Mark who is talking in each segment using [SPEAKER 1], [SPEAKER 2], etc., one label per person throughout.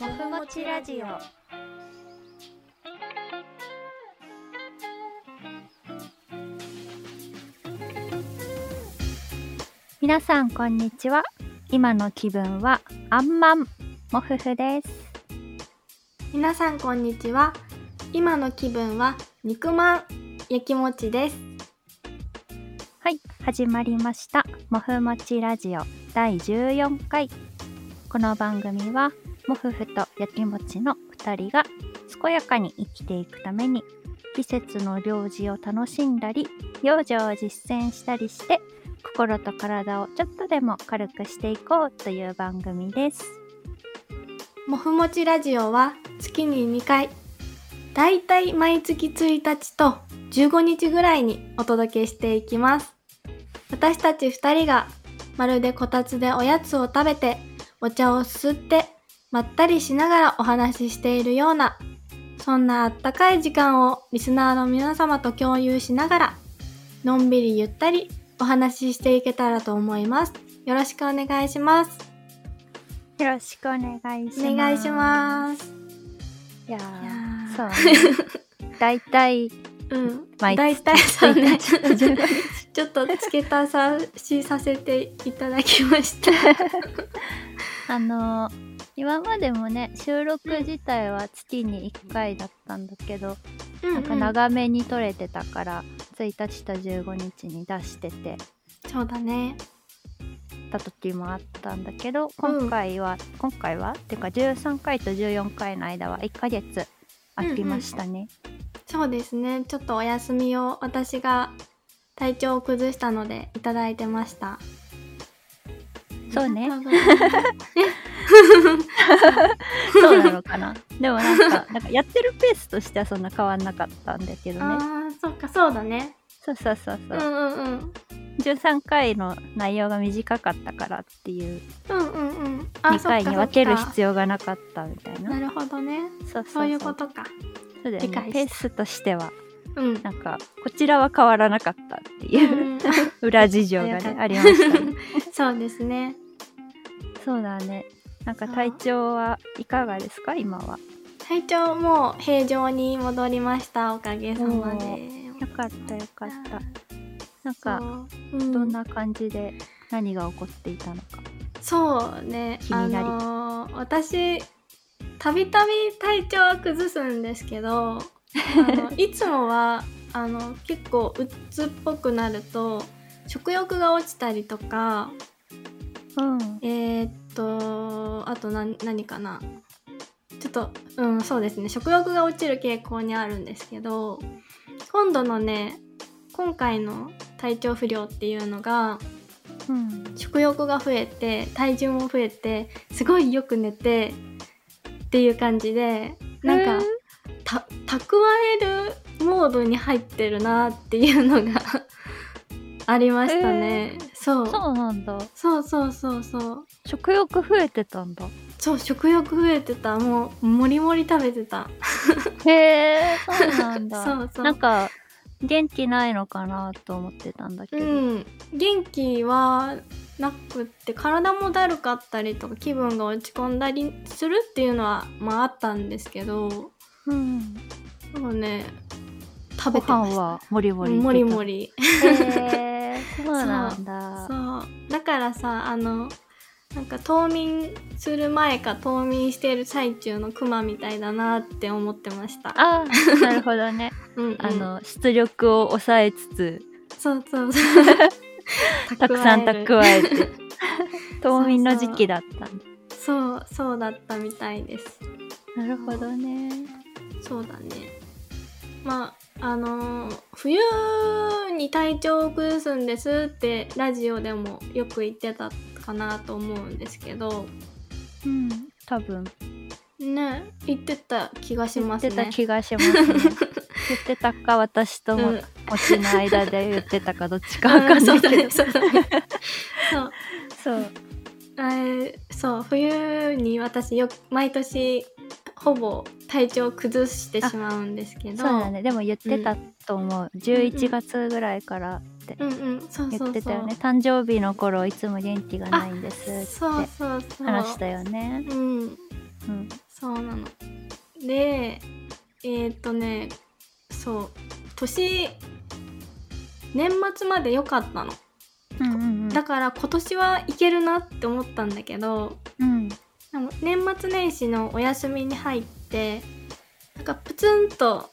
[SPEAKER 1] もふもちラジオ皆さんこんにちは今の気分はあんまんもふふです
[SPEAKER 2] 皆さんこんにちは今の気分は肉まん焼きもちです
[SPEAKER 1] はい始まりましたもふもちラジオ第14回この番組はもふふとやきもちの2人が健やかに生きていくために季節の行事を楽しんだり養生を実践したりして心と体をちょっとでも軽くしていこうという番組です
[SPEAKER 2] もふもちラジオは月に2回だいたい毎月1日と15日ぐらいにお届けしていきます私たち2人がまるでこたつでおやつを食べてお茶をすすってまったりしながらお話ししているようなそんなあったかい時間をリスナーの皆様と共有しながらのんびりゆったりお話ししていけたらと思いますよろしくお願いします
[SPEAKER 1] よろしくお願いします
[SPEAKER 2] お願いします
[SPEAKER 1] すいや
[SPEAKER 2] いやー
[SPEAKER 1] ーそう ねだいたい
[SPEAKER 2] うん
[SPEAKER 1] 毎
[SPEAKER 2] 大
[SPEAKER 1] 月
[SPEAKER 2] 体そうね
[SPEAKER 1] 1日
[SPEAKER 2] ちょっと付け足さしさせていただき ました
[SPEAKER 1] あのー今までもね収録自体は月に1回だったんだけど、なんか長めに撮れてたから、1日と15日に出してて
[SPEAKER 2] そうだね
[SPEAKER 1] た時もあったんだけど今回は、今回はっていうか13回と14回の間は1ヶ月空きましたね。
[SPEAKER 2] そうですねちょっとお休みを私が体調を崩したのでいただいてました
[SPEAKER 1] そうね
[SPEAKER 2] ありがとうご ざいます
[SPEAKER 1] そうなのか なでもなんかなんかやってるペースとしてはそんな変わんなかったんだけどね。
[SPEAKER 2] あーそっかそうだね
[SPEAKER 1] そうそうそう
[SPEAKER 2] う
[SPEAKER 1] そ
[SPEAKER 2] ん
[SPEAKER 1] う、
[SPEAKER 2] うんうん
[SPEAKER 1] 13回の内容が短かったからっていう
[SPEAKER 2] うんうんうんあ
[SPEAKER 1] 2回に分ける
[SPEAKER 2] そっか
[SPEAKER 1] 必要がなかったみたい
[SPEAKER 2] そっか
[SPEAKER 1] な
[SPEAKER 2] な。るほどね
[SPEAKER 1] そうそう
[SPEAKER 2] そういうことか
[SPEAKER 1] そうだよ
[SPEAKER 2] 理
[SPEAKER 1] ね
[SPEAKER 2] 解した
[SPEAKER 1] ペースとしては
[SPEAKER 2] うん
[SPEAKER 1] なんかこちらは変わらなかったっていう、
[SPEAKER 2] うん
[SPEAKER 1] 裏事情が
[SPEAKER 2] ありが
[SPEAKER 1] ね
[SPEAKER 2] とう
[SPEAKER 1] ありました ね
[SPEAKER 2] そうですね
[SPEAKER 1] そうだねなんか体調はいかがですか今は
[SPEAKER 2] 体調も平常に戻りましたおかげさま
[SPEAKER 1] お
[SPEAKER 2] で
[SPEAKER 1] よかったよかったなん
[SPEAKER 2] そ
[SPEAKER 1] か
[SPEAKER 2] ううん
[SPEAKER 1] どんな感じで何が起こっていたのか
[SPEAKER 2] そうね
[SPEAKER 1] 気になり
[SPEAKER 2] あのー私たびたび体調は崩すんですけどあ のいつもはあの結構鬱っぽくなると食欲が落ちたりとか
[SPEAKER 1] うん
[SPEAKER 2] えーっとあと何何かなちょっとうんそうですね食欲が落ちる傾向にあるんですけど今度のね今回の体調不良っていうのが
[SPEAKER 1] うん
[SPEAKER 2] 食欲が増えて体重も増えてすごいよく寝てっていう感じでなんか、た蓄えるモードに入ってるなっていうのが ありましたね、そう
[SPEAKER 1] そうなんだ
[SPEAKER 2] そうそうそうそう
[SPEAKER 1] 食欲増えてたんだ
[SPEAKER 2] そう食欲増えてたもうもりもり食べてた
[SPEAKER 1] へえ そうなんだ
[SPEAKER 2] そうそう
[SPEAKER 1] なんか元気ないのかなと思ってたんだけ
[SPEAKER 2] う
[SPEAKER 1] ど、
[SPEAKER 2] ん元気はなくって体もだるかったりとか気分が落ち込んだりするっていうのはまああったんですけど
[SPEAKER 1] うん、
[SPEAKER 2] もうね食
[SPEAKER 1] ご
[SPEAKER 2] べてま
[SPEAKER 1] 飯
[SPEAKER 2] した
[SPEAKER 1] はもりもり
[SPEAKER 2] も りも
[SPEAKER 1] り
[SPEAKER 2] り
[SPEAKER 1] へえそうなんだ
[SPEAKER 2] そうだからさあのなんか冬眠する前か冬眠してる最中のクマみたいだなって思ってました
[SPEAKER 1] あーなるほどね、
[SPEAKER 2] うん うん
[SPEAKER 1] あの出力を抑えつつ
[SPEAKER 2] そうそうそう
[SPEAKER 1] たくさん
[SPEAKER 2] 蓄える
[SPEAKER 1] 蓄えて冬眠の時期だったんだ
[SPEAKER 2] そうそうだったみたいです
[SPEAKER 1] なるほどね
[SPEAKER 2] そうだねまああのー冬に体調を崩すんですってラジオでもよく言ってたかなと思うんですけど
[SPEAKER 1] うん多分
[SPEAKER 2] ね言ってた気がし
[SPEAKER 1] 言
[SPEAKER 2] ま
[SPEAKER 1] っ
[SPEAKER 2] す
[SPEAKER 1] てた
[SPEAKER 2] ね
[SPEAKER 1] 気がします ね言ってたか私とも
[SPEAKER 2] うん
[SPEAKER 1] 持ちの間で言ってたかどっちかわかんな
[SPEAKER 2] そ
[SPEAKER 1] いう
[SPEAKER 2] だ
[SPEAKER 1] けど
[SPEAKER 2] ね そうだねそう
[SPEAKER 1] そう
[SPEAKER 2] あれそう冬に私よく毎年ほぼ体調を崩してしまうんですけど
[SPEAKER 1] そうだねでも言ってたと思う、11月ぐらいからって
[SPEAKER 2] うんうんそうそうそ
[SPEAKER 1] 言っ
[SPEAKER 2] う
[SPEAKER 1] てたよね誕生日の頃いつも元気がないんですって
[SPEAKER 2] そうそうそう
[SPEAKER 1] 話したよね
[SPEAKER 2] うん
[SPEAKER 1] うん
[SPEAKER 2] そうなの。で、えー、っとね、そう、年、年末まで良かったの。
[SPEAKER 1] うんうんうん
[SPEAKER 2] だから今年はいけるなって思ったんだけど、
[SPEAKER 1] うん
[SPEAKER 2] でも年末年始のお休みに入って、なんかプツンと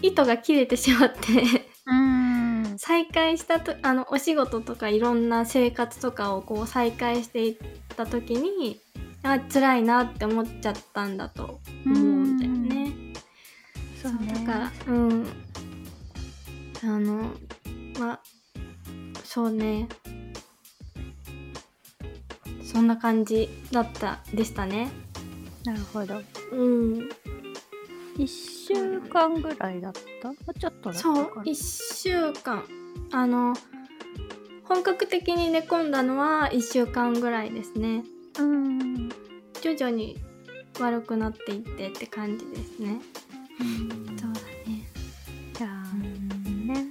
[SPEAKER 2] 糸が切れてしまって、
[SPEAKER 1] うん
[SPEAKER 2] 再開したと、あの、お仕事とかいろんな生活とかをこう再開していった時に、あ、辛いなって思っちゃったんだと思うんだよね。
[SPEAKER 1] そう
[SPEAKER 2] そう
[SPEAKER 1] ね
[SPEAKER 2] だからうんあのまあそうねそんな感じだったでしたね
[SPEAKER 1] なるほど
[SPEAKER 2] うん
[SPEAKER 1] 1週間ぐらいだったもうちょっとだったか
[SPEAKER 2] そ
[SPEAKER 1] な
[SPEAKER 2] う1週間あの本格的に寝込んだのは1週間ぐらいですね
[SPEAKER 1] うん
[SPEAKER 2] 徐々に悪くなっていってって感じですねそうだね
[SPEAKER 1] じゃあね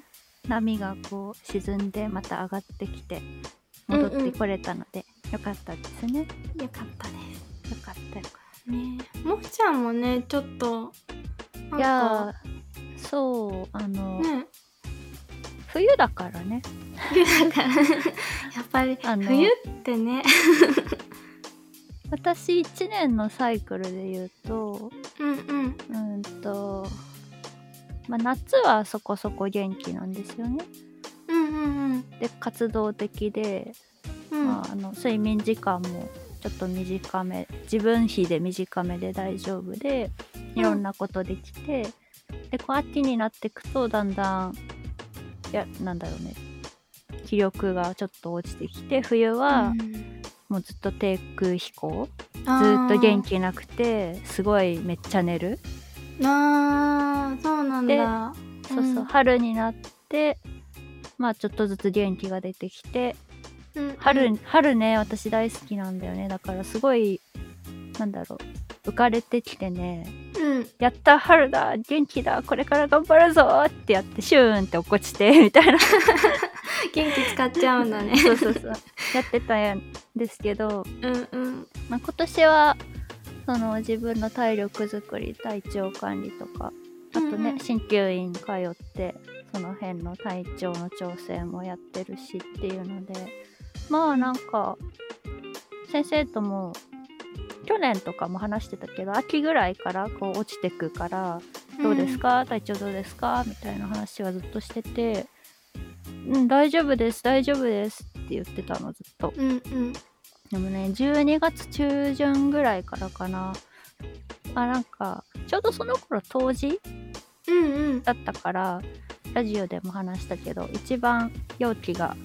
[SPEAKER 1] 波がこう沈んでまた上がってきて戻ってこれたので、よかったですねよ
[SPEAKER 2] よかったです
[SPEAKER 1] かったよかっ
[SPEAKER 2] ねもふちゃんもねちょっと
[SPEAKER 1] た
[SPEAKER 2] ないんか
[SPEAKER 1] やーそうあの、
[SPEAKER 2] ね
[SPEAKER 1] 冬だからね
[SPEAKER 2] だからやっぱり
[SPEAKER 1] あの
[SPEAKER 2] 冬ってね
[SPEAKER 1] 私1年のサイクルで言うと
[SPEAKER 2] うんうん
[SPEAKER 1] うーんと、まあ、夏はそこそこ元気なんですよね
[SPEAKER 2] うんうん
[SPEAKER 1] で活動的で、
[SPEAKER 2] うん
[SPEAKER 1] まあ、あの睡眠時間もちょっと短め自分比で短めで大丈夫で
[SPEAKER 2] うん
[SPEAKER 1] いろんなことできて、でこう秋になってくとだんだんいやなんだろうね気力がちょっと落ちてきて冬はもうずっと低空飛行、ずーっと元気なくてすごいめっちゃ寝る、
[SPEAKER 2] なそうなんだ
[SPEAKER 1] そうそううん春になってまあちょっとずつ元気が出てきて
[SPEAKER 2] うんうん
[SPEAKER 1] 春,、春ね私大好きなんだよねだからすごいなんだろう浮かれてきてね
[SPEAKER 2] うん
[SPEAKER 1] 「やった春だ元気だこれから頑張るぞ!」ってやってシューンって落っこちてみたいな
[SPEAKER 2] 元気使っちゃうんだね
[SPEAKER 1] そうそうそうやってたんですけど、
[SPEAKER 2] うんうん
[SPEAKER 1] まあ、今年はその自分の体力づくり体調管理とかあとね、
[SPEAKER 2] うんうん
[SPEAKER 1] 鍼灸院通ってその辺の体調の調整もやってるしっていうのでまあなんか先生とも去年とかも話してたけど秋ぐらいからこう落ちてくからどうですか、体調どうですかみたいな話はずっとしててうん大丈夫です大丈夫ですって言ってたのずっと
[SPEAKER 2] うんうん
[SPEAKER 1] でもね12月中旬ぐらいからかなあなんかちょうどその頃冬至
[SPEAKER 2] うんうん
[SPEAKER 1] だったからラジオでも話したけど一番容器が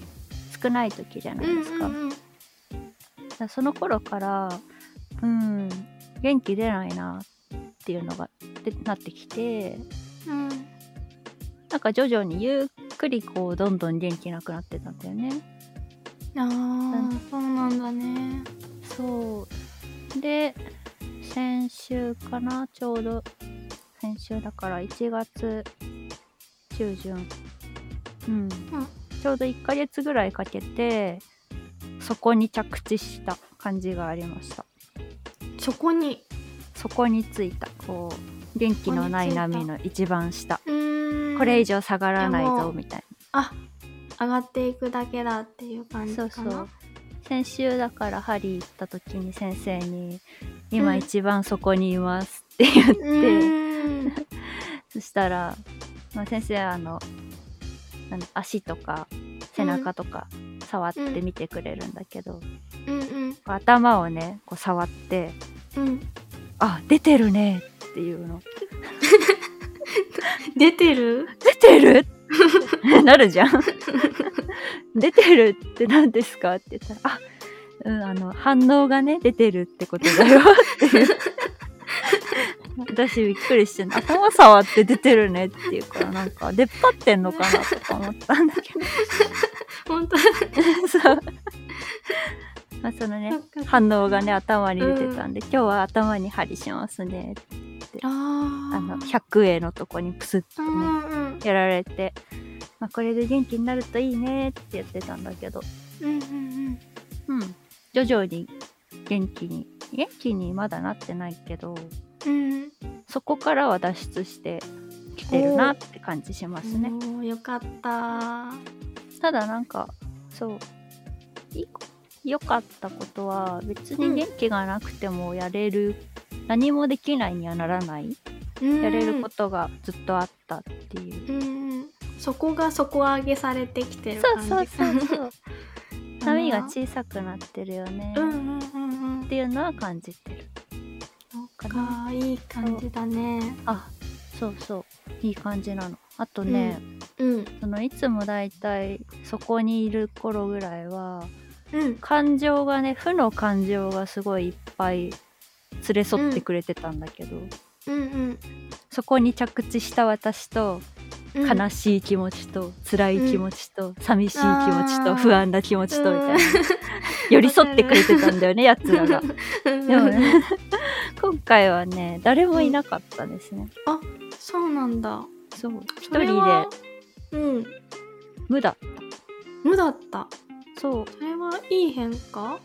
[SPEAKER 1] 少ない時じゃな
[SPEAKER 2] う
[SPEAKER 1] い
[SPEAKER 2] ん
[SPEAKER 1] ですか,、
[SPEAKER 2] うんうん
[SPEAKER 1] その頃からうん元気出ないなっていうのがでなってきて
[SPEAKER 2] うん
[SPEAKER 1] なんか徐々にゆっくりこうどんどん元気なくなってたんだよね
[SPEAKER 2] あーそうなんだね
[SPEAKER 1] そうで先週かなちょうど先週だから1月中旬うん、ちょうど1ヶ月ぐらいかけてそこに着地した感じがありました
[SPEAKER 2] そこに
[SPEAKER 1] そこについたこう元気のない
[SPEAKER 2] そこについた
[SPEAKER 1] 波の一番下
[SPEAKER 2] うーん
[SPEAKER 1] これ以上下がらない
[SPEAKER 2] いやも
[SPEAKER 1] ぞ
[SPEAKER 2] う
[SPEAKER 1] みたい
[SPEAKER 2] あ上がっていくだけだっていう感
[SPEAKER 1] な
[SPEAKER 2] じ
[SPEAKER 1] そ
[SPEAKER 2] か
[SPEAKER 1] う
[SPEAKER 2] な
[SPEAKER 1] そう先週だからハリー行った時に先生に「今
[SPEAKER 2] うん
[SPEAKER 1] 一番そこにいます」って言って、
[SPEAKER 2] うーん
[SPEAKER 1] そしたら、まあ、先生あのなんだ足とか背中とか触ってみてくれるんだけど、
[SPEAKER 2] うんうん
[SPEAKER 1] 頭をねこう触って
[SPEAKER 2] うん
[SPEAKER 1] 「あ出てるね」っていうの
[SPEAKER 2] 出てる
[SPEAKER 1] 「出てる?」 ってなるじゃん 「出てるって何ですか?」って言ったら「あうん、あの反応がね出てるってことだよ っていう私びっくりして頭触って出てるねっていうからなんか出っ張ってんのかなとか思ったんだけど
[SPEAKER 2] 本当
[SPEAKER 1] そう。 まあそのね、
[SPEAKER 2] だ
[SPEAKER 1] 反応がね、頭に出てたんで、今日は頭に針しますね。
[SPEAKER 2] あー
[SPEAKER 1] あの、100円のとこにプスッ
[SPEAKER 2] う
[SPEAKER 1] とね、
[SPEAKER 2] んうん
[SPEAKER 1] やられて、まあこれで元気になるといいねって言ってたんだけど、
[SPEAKER 2] うんうん
[SPEAKER 1] うん。徐々に元気に、元気にまだなってないけど、
[SPEAKER 2] うん。
[SPEAKER 1] そこからは脱出してきてるなって感じしますね。
[SPEAKER 2] おーよかった。
[SPEAKER 1] ただなんかそうい良かったことは別
[SPEAKER 2] う
[SPEAKER 1] に
[SPEAKER 2] ん
[SPEAKER 1] 元気がなくてもやれる、何もできないにはならないや
[SPEAKER 2] や
[SPEAKER 1] れることがずっとあったっていう。
[SPEAKER 2] と。うんうん。そこが底上げされてきてる
[SPEAKER 1] そう
[SPEAKER 2] 感じ
[SPEAKER 1] そうそう
[SPEAKER 2] う。
[SPEAKER 1] そう。波が小さくなってるよね、
[SPEAKER 2] うんう
[SPEAKER 1] っ
[SPEAKER 2] んうんうん。
[SPEAKER 1] ていうのは感じてる。
[SPEAKER 2] そっかいい感じだね。
[SPEAKER 1] あそうそういい感じなの。あとね、
[SPEAKER 2] うん
[SPEAKER 1] そのいつもだいたいそこにいる頃ぐらいは
[SPEAKER 2] うん。
[SPEAKER 1] 感情がね負の感情がすごいいっぱい連れ添ってくれてたんだけど、
[SPEAKER 2] うんうん
[SPEAKER 1] そこに着地した私と
[SPEAKER 2] うん。
[SPEAKER 1] 悲しい気持ちと辛い気持ちと寂しい気持ち
[SPEAKER 2] あー
[SPEAKER 1] と不安な気持ちとみたいな
[SPEAKER 2] うん
[SPEAKER 1] 寄り添ってくれてたんだ よねやつらが。でもね 今回はね誰もいなかったですね。
[SPEAKER 2] そうなんだ。
[SPEAKER 1] そう一
[SPEAKER 2] それ
[SPEAKER 1] 人
[SPEAKER 2] は
[SPEAKER 1] で
[SPEAKER 2] うん。
[SPEAKER 1] 無だっ
[SPEAKER 2] 無だった。
[SPEAKER 1] た。そう
[SPEAKER 2] それはいい変化？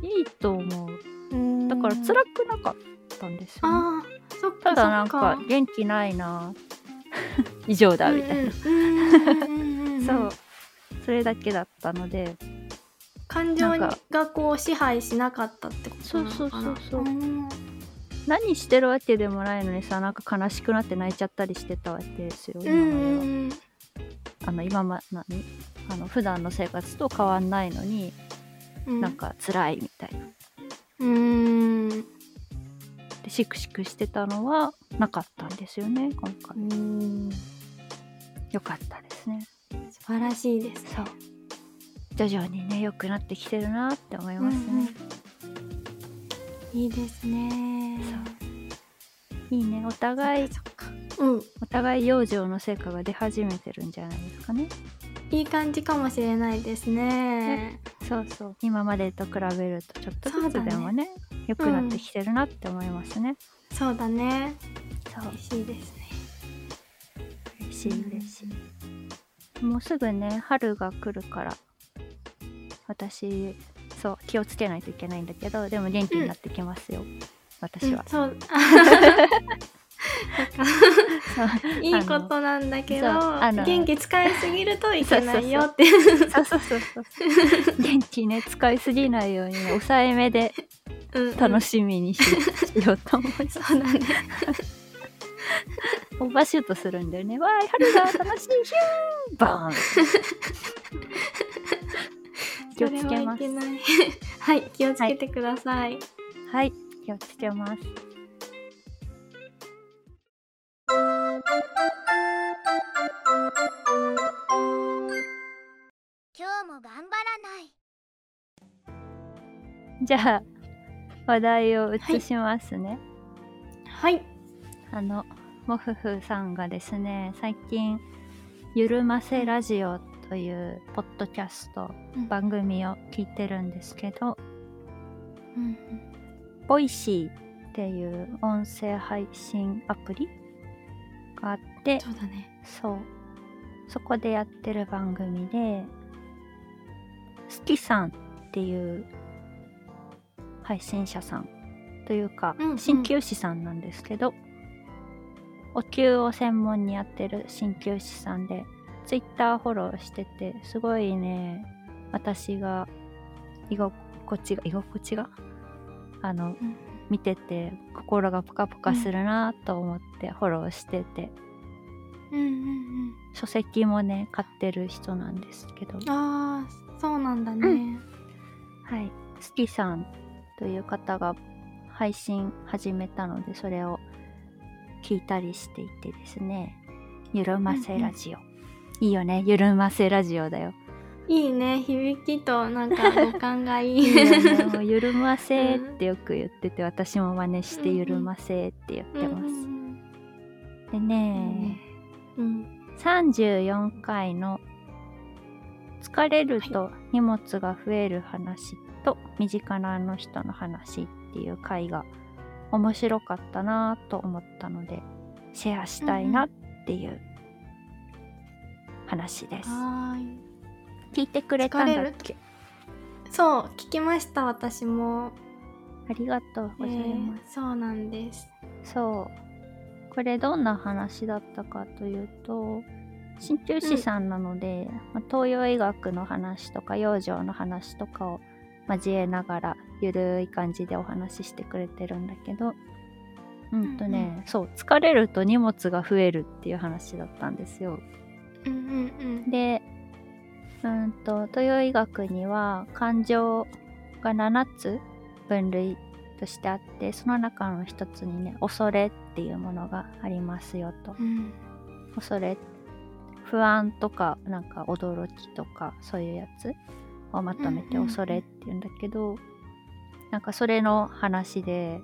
[SPEAKER 1] いいと思う。だ
[SPEAKER 2] だ
[SPEAKER 1] から辛くなかったんですよ、ね。
[SPEAKER 2] ああ、そっか
[SPEAKER 1] ただなん
[SPEAKER 2] そっ
[SPEAKER 1] か元気ないな 以上だみたいな。
[SPEAKER 2] い
[SPEAKER 1] そう。それだけだったので
[SPEAKER 2] 感情
[SPEAKER 1] なんか
[SPEAKER 2] がこう支配しなかったってことなのか
[SPEAKER 1] そ
[SPEAKER 2] な
[SPEAKER 1] うそうそうそうん何してるわけでもないのにさなんか悲しくなって泣いちゃったりしてたわけですよ
[SPEAKER 2] う
[SPEAKER 1] 今
[SPEAKER 2] ん
[SPEAKER 1] までは。
[SPEAKER 2] うん
[SPEAKER 1] あの今ま何あの普段の生活と変わんないのに、
[SPEAKER 2] うん
[SPEAKER 1] なんか辛いみたいな。
[SPEAKER 2] うーん
[SPEAKER 1] でシクシクしてたのはなかったんですよね今回。よかったですね。
[SPEAKER 2] 素晴らしいです
[SPEAKER 1] そう。徐々にね良くなってきてるなって思いますね。
[SPEAKER 2] うんうんいいですね
[SPEAKER 1] いいねお互い
[SPEAKER 2] そっかそっかうん
[SPEAKER 1] お互い養生の成果が出始めてるんじゃないですかね
[SPEAKER 2] いい感じかもしれないですね
[SPEAKER 1] そうそう今までと比べるとちょっとずつでもね良くなってきてるなって思いますね、
[SPEAKER 2] そうだね
[SPEAKER 1] そう
[SPEAKER 2] 嬉しいですね
[SPEAKER 1] 嬉しい嬉しいもうすぐね春が来るから私そう気をつけないといけないんだけどでも元気になってきますよ、私は
[SPEAKER 2] う ん、そう
[SPEAKER 1] そう
[SPEAKER 2] いいことなんだけど
[SPEAKER 1] そうあの
[SPEAKER 2] 元気使いすぎるといけないよって
[SPEAKER 1] そうそう そうそう元気ね使いすぎないようにね抑えめで楽
[SPEAKER 2] し
[SPEAKER 1] しみ にししようと思います
[SPEAKER 2] そうだね
[SPEAKER 1] オーバーシュートするんだよね。わーい、春だ、楽しい、ヒューン、バーン。気をつけます
[SPEAKER 2] それはいけないはい、気をつけてください。
[SPEAKER 1] はい、気をつけます。
[SPEAKER 3] 今日も頑張らない
[SPEAKER 1] じゃあ、話題を移しますね。
[SPEAKER 2] はい。
[SPEAKER 1] あの、もふふさんがですね、最近、ゆるませラジオというポッドキャスト、
[SPEAKER 2] うん
[SPEAKER 1] 番組を聞いてるんですけど、
[SPEAKER 2] うん
[SPEAKER 1] ボイシーっていう音声配信アプリがあって、
[SPEAKER 2] そうだね。
[SPEAKER 1] そう。そこでやってる番組で、スキさんっていう配信者さんというか
[SPEAKER 2] うんう、ん
[SPEAKER 1] 鍼灸師さんなんですけど、お灸を専門にやってる鍼灸師さんで、ツイッターフォローしてて、すごいね、私が居心地が、居心地が、あの、
[SPEAKER 2] うん
[SPEAKER 1] 見てて、心がポカポカするなと思ってフォローしてて、
[SPEAKER 2] うんうん
[SPEAKER 1] 書籍もね買ってる人なんですけど
[SPEAKER 2] うん。ああ、そうなんだ
[SPEAKER 1] う
[SPEAKER 2] ね。
[SPEAKER 1] はいスキさんという方が配信始めたのでそれを聞いたりしていてですねゆるませラジオ、いいよねゆるませラジオ だよ
[SPEAKER 2] いいね、響きとなんか五感がいい。
[SPEAKER 1] いい よねもうゆるませってよく言ってて私も真似してゆるませって言っ
[SPEAKER 2] うん
[SPEAKER 1] て
[SPEAKER 2] う
[SPEAKER 1] ます、
[SPEAKER 2] ん
[SPEAKER 1] で
[SPEAKER 2] うん
[SPEAKER 1] ね
[SPEAKER 2] うん。
[SPEAKER 1] 34回の「疲れると荷物が増える話」と「身近なあの人の話」っていう回が面白かったなぁと思ったのでシェアしたいなっていう話です。
[SPEAKER 2] はーい。
[SPEAKER 1] 聞いてくれたんだっけ
[SPEAKER 2] そう、聞きました、私も。
[SPEAKER 1] ありがとうございます。
[SPEAKER 2] えーそうなんです。
[SPEAKER 1] そうこれどんな話だったかというと鍼灸師さんなので、まあ東洋医学の話とか養生の話とかを交えながらゆるい感じでお話ししてくれてるんだけどうんとね、そう疲れると荷物が増えるっていう話だったんですよ。
[SPEAKER 2] うんうん
[SPEAKER 1] でうんと東洋医学には感情が7つ分類としてあってその中の一つにね恐れっていうものがありますよと
[SPEAKER 2] うんうん
[SPEAKER 1] 恐れ不安とかなんか驚きとかそういうやつをまとめて
[SPEAKER 2] うんうんうん
[SPEAKER 1] 恐れっていうんだけど、なんかそれの話で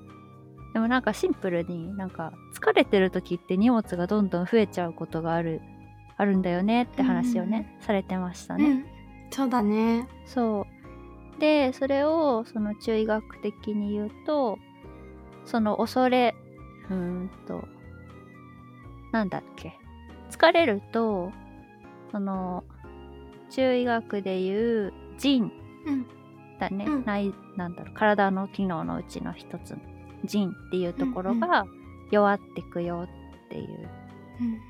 [SPEAKER 1] でもなんかシンプルになんか疲れてる時って荷物がどんどん増えちゃうことがあるあるんだよねって話をね、されてました
[SPEAKER 2] う
[SPEAKER 1] ね。
[SPEAKER 2] んそうだね
[SPEAKER 1] そうでそれをその中医学的に言うとその恐れうーんとなんだっけ疲れるとその中医学で言う腎
[SPEAKER 2] うん
[SPEAKER 1] だね、
[SPEAKER 2] うん
[SPEAKER 1] ないなんだろう体の機能のうちの一つ腎っていうところが弱ってくよっていう、
[SPEAKER 2] うん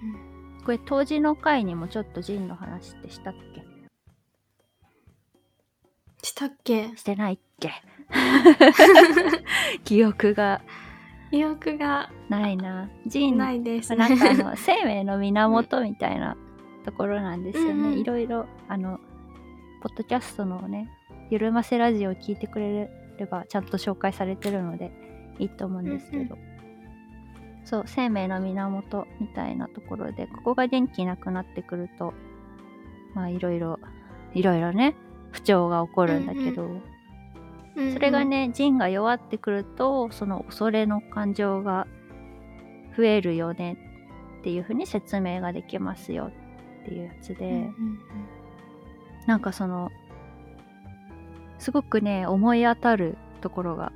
[SPEAKER 1] これ当時の回にもちょっと腎の話ってしたっけ
[SPEAKER 2] したっけ
[SPEAKER 1] してないっけ 記憶が
[SPEAKER 2] 意欲が
[SPEAKER 1] ないな人
[SPEAKER 2] な
[SPEAKER 1] ない
[SPEAKER 2] です
[SPEAKER 1] なんかあ の生命の源みたいなところなんですよね、
[SPEAKER 2] うんうん
[SPEAKER 1] いろいろあのポッドキャストのね「ゆるませラジオ」を聞いてくれればちゃんと紹介されてるのでいいと思うんですけど、そう生命の源みたいなところでここが元気なくなってくるとまあいろいろいろいろね不調が起こるんだけど、それがね、腎が弱ってくると、その恐れの感情が増えるよねっていうふうに説明ができますよっていうやつで、
[SPEAKER 2] うんうん
[SPEAKER 1] なんかその、すごくね、思い当たるところが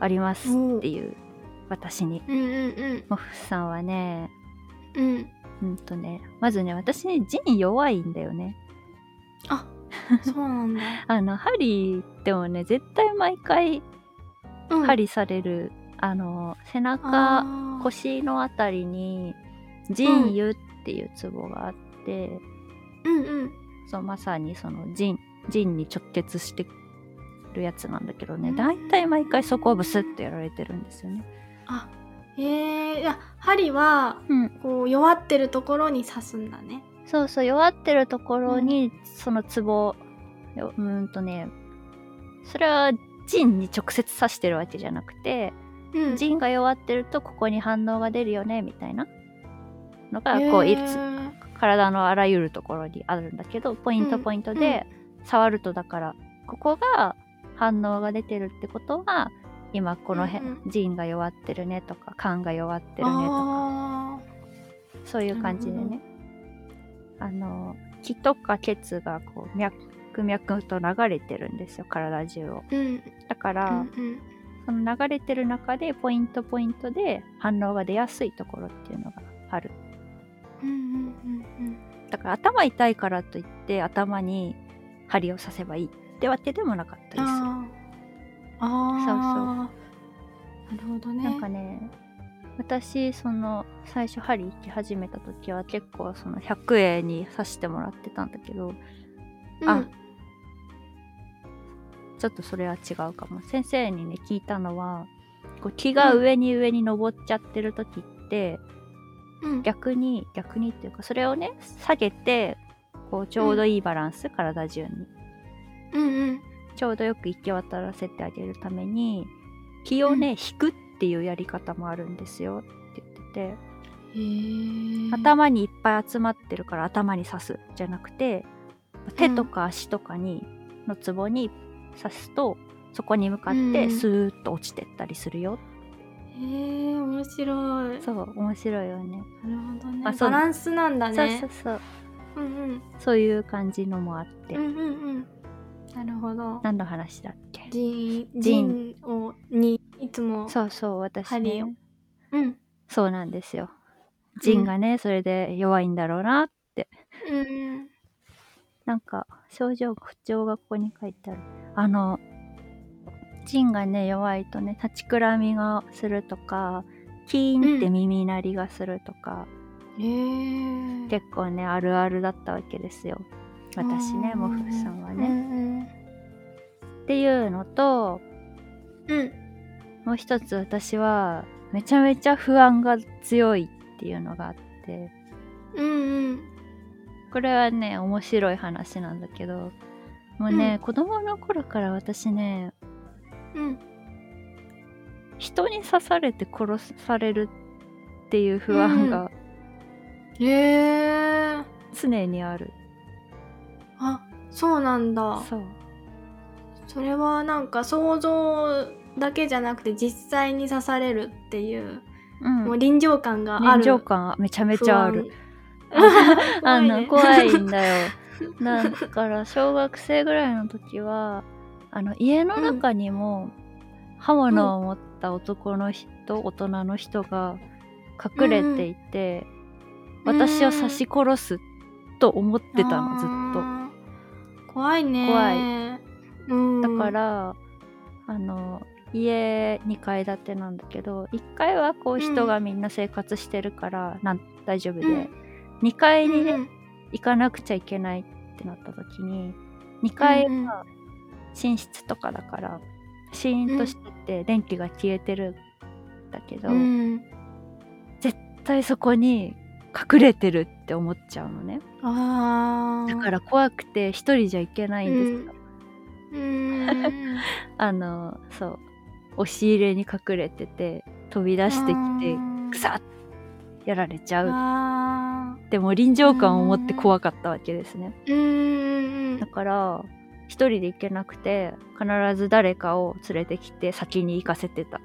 [SPEAKER 1] ありますっていう、私に。
[SPEAKER 2] うんうんうん
[SPEAKER 1] もふさんはね、
[SPEAKER 2] うんうん
[SPEAKER 1] うんとね、まずね、私ね、腎弱いんだよね。
[SPEAKER 2] あそうなんだ
[SPEAKER 1] あの、針でもね、絶対毎回
[SPEAKER 2] う ん
[SPEAKER 1] 針される、あの、背中、
[SPEAKER 2] あー
[SPEAKER 1] 腰のあたりに腎湯っていうツボがあって、
[SPEAKER 2] うんうん
[SPEAKER 1] そうまさにその腎腎に直結してるやつなんだけどね
[SPEAKER 2] うん
[SPEAKER 1] 大体毎回そこをブスッとやられてるんですよね。
[SPEAKER 2] あえー、いや針は
[SPEAKER 1] うん、
[SPEAKER 2] こう弱ってるところに刺すんだね
[SPEAKER 1] そうそう弱ってるところにそのツボようーんとねそれは腎に直接刺してるわけじゃなくて
[SPEAKER 2] うん
[SPEAKER 1] 腎が弱ってるとここに反応が出るよねみたいなのがこういつ体のあらゆるところにあるんだけどポイント
[SPEAKER 2] うん
[SPEAKER 1] ポイントで触るとだから、ここが反応が出てるってことは今この辺、
[SPEAKER 2] うん
[SPEAKER 1] 腎が弱ってるねとか肝が弱って
[SPEAKER 2] て
[SPEAKER 1] るねとか
[SPEAKER 2] あ
[SPEAKER 1] そういう感じで
[SPEAKER 2] なる
[SPEAKER 1] ねあの気とか血がこう脈々と流れてるんですよ体中を
[SPEAKER 2] ーうん
[SPEAKER 1] だから、
[SPEAKER 2] うん
[SPEAKER 1] その流れてる中でポイントポイントで反応が出やすいところっていうのがある
[SPEAKER 2] うんうんうんうん
[SPEAKER 1] だから頭痛いからといって頭に針を刺せばいいってわけでもなかったでする。
[SPEAKER 2] あーあーなるほどね
[SPEAKER 1] なんかね私その最初針行き始めた時は結構その100円に刺してもらってたんだけど
[SPEAKER 2] うん
[SPEAKER 1] あちょっとそれは違うかも先生にね聞いたのはこう気が上に上に登っちゃってる時って、
[SPEAKER 2] うん
[SPEAKER 1] 逆に逆にっていうかそれをね下げてこうちょうどいいバランス、体中に
[SPEAKER 2] うんうん
[SPEAKER 1] ちょうどよく行き渡らせてあげるために気をね、引くっていうやり方もあるんですよって言ってて、
[SPEAKER 2] へー
[SPEAKER 1] 頭にいっぱい集まってるから頭に刺すじゃなくて手とか足とかに、のツボに刺すとそこに向かっ
[SPEAKER 2] うんう
[SPEAKER 1] て
[SPEAKER 2] ん
[SPEAKER 1] スーッと落ちてったりするよ、
[SPEAKER 2] へえ面白い
[SPEAKER 1] そう面白いよね
[SPEAKER 2] なるほどね
[SPEAKER 1] まあそう
[SPEAKER 2] バランスなんだね
[SPEAKER 1] そうそうそう
[SPEAKER 2] うんうん
[SPEAKER 1] そういう感じのもあって、
[SPEAKER 2] うんうんうんなるほど
[SPEAKER 1] 何の話だっけ
[SPEAKER 2] ジン
[SPEAKER 1] ジ
[SPEAKER 2] ジ
[SPEAKER 1] ン
[SPEAKER 2] ンをにいつも
[SPEAKER 1] そうそう私、
[SPEAKER 2] 針
[SPEAKER 1] ね
[SPEAKER 2] を、うん
[SPEAKER 1] そうなんですよ腎がね、それで弱いんだろうなって
[SPEAKER 2] うん
[SPEAKER 1] なんか症状不調がここに書いてあるあの腎がね弱いとね立ちくらみがするとかキーンって耳鳴りがするとか、
[SPEAKER 2] へえ
[SPEAKER 1] 結構ねあるあるだったわけですよ私ねモフさんは
[SPEAKER 2] う
[SPEAKER 1] ね、
[SPEAKER 2] ん
[SPEAKER 1] っていうのと
[SPEAKER 2] うん、うん
[SPEAKER 1] もう一つ私はめちゃめちゃ不安が強いっていうのがあって
[SPEAKER 2] うんうん
[SPEAKER 1] これはね面白い話なんだけどもうね、子供の頃から私ね
[SPEAKER 2] うん
[SPEAKER 1] 人に刺されて殺されるっていう不安が
[SPEAKER 2] へえ
[SPEAKER 1] 常にある、
[SPEAKER 2] あそうなんだ
[SPEAKER 1] そう
[SPEAKER 2] それはなんか想像だけじゃなくて実際に刺されるっていう、
[SPEAKER 1] うん
[SPEAKER 2] もう臨場感があ
[SPEAKER 1] 臨
[SPEAKER 2] る
[SPEAKER 1] 場感めちゃめちゃある
[SPEAKER 2] 不安
[SPEAKER 1] あ
[SPEAKER 2] 怖い
[SPEAKER 1] の怖い
[SPEAKER 2] ね
[SPEAKER 1] ん だよだから小学生ぐらいの時はあの家の中にも刃物を持った男の人、大人の人が隠れていて、
[SPEAKER 2] うん
[SPEAKER 1] 私を刺し殺すと思ってたのずっ
[SPEAKER 2] あー怖いね
[SPEAKER 1] 怖
[SPEAKER 2] い、うん、
[SPEAKER 1] とだからあの家2階建てなんだけど1階はこう人がみんな生活してるから、なん大丈夫で、
[SPEAKER 2] うん
[SPEAKER 1] 2階にね、
[SPEAKER 2] うん
[SPEAKER 1] 行かなくちゃいけないってなった時に2階
[SPEAKER 2] うんうん
[SPEAKER 1] は寝室とかだからシーンとしてて電気が消えてるんだけど、
[SPEAKER 2] うん、
[SPEAKER 1] 絶対そこに隠れてるって思っちゃうのね
[SPEAKER 2] あー
[SPEAKER 1] だから怖くて一人じゃ行けないんですよ、
[SPEAKER 2] うーん
[SPEAKER 1] あのそう押し入れに隠れてて飛び 出してきてぐさっやられちゃう
[SPEAKER 2] あ
[SPEAKER 1] ってもう臨場感を持って怖かったわけですね
[SPEAKER 2] ーうーん
[SPEAKER 1] だから一人で行けなくて必ず誰かを連れてきて先に行かせて た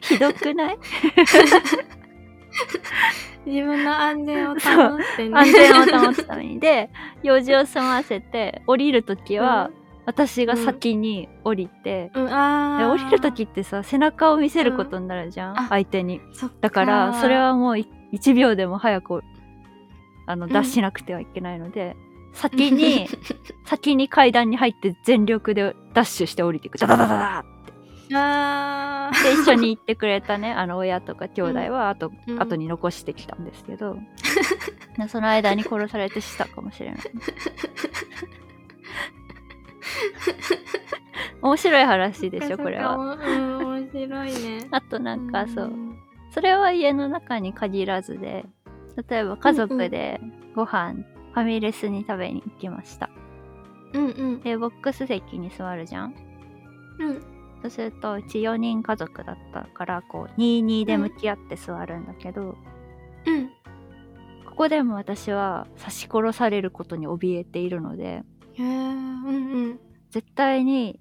[SPEAKER 1] ひどくない
[SPEAKER 2] 自分の安全を保って ね
[SPEAKER 1] 安全を保つためにで用事を済ませて降りる時は私が先に降りて、
[SPEAKER 2] うん、うん、あ
[SPEAKER 1] で
[SPEAKER 2] ー
[SPEAKER 1] 降りる時ってさ背中を見せることになるじゃん、
[SPEAKER 2] うんあ
[SPEAKER 1] 相手に
[SPEAKER 2] そっか
[SPEAKER 1] だからそれはもう1秒でも早くあの脱しなくてはいけないの で、先に先に階段に入って全力でダッシュして降りていくダダダダダ
[SPEAKER 2] あー
[SPEAKER 1] で一緒に行ってくれたね あの親とか兄弟は後,、
[SPEAKER 2] うん
[SPEAKER 1] 後に残してきたんですけ どでその間に殺されて死したかもしれない 面白い話でしょこれは。
[SPEAKER 2] そっかうん、面白いね
[SPEAKER 1] あと なんかそう、
[SPEAKER 2] ん
[SPEAKER 1] それは家の中に限らずで例えば家族でご飯、ファミレスに食べに行きました
[SPEAKER 2] うんうん
[SPEAKER 1] でボックス席に座るじゃん
[SPEAKER 2] うん
[SPEAKER 1] そうするとうち4人家族だったからこう22で向き合って座るんだけど、
[SPEAKER 2] うん
[SPEAKER 1] ここでも私は刺し殺されることに怯えているので
[SPEAKER 2] へえうんうん
[SPEAKER 1] 絶対に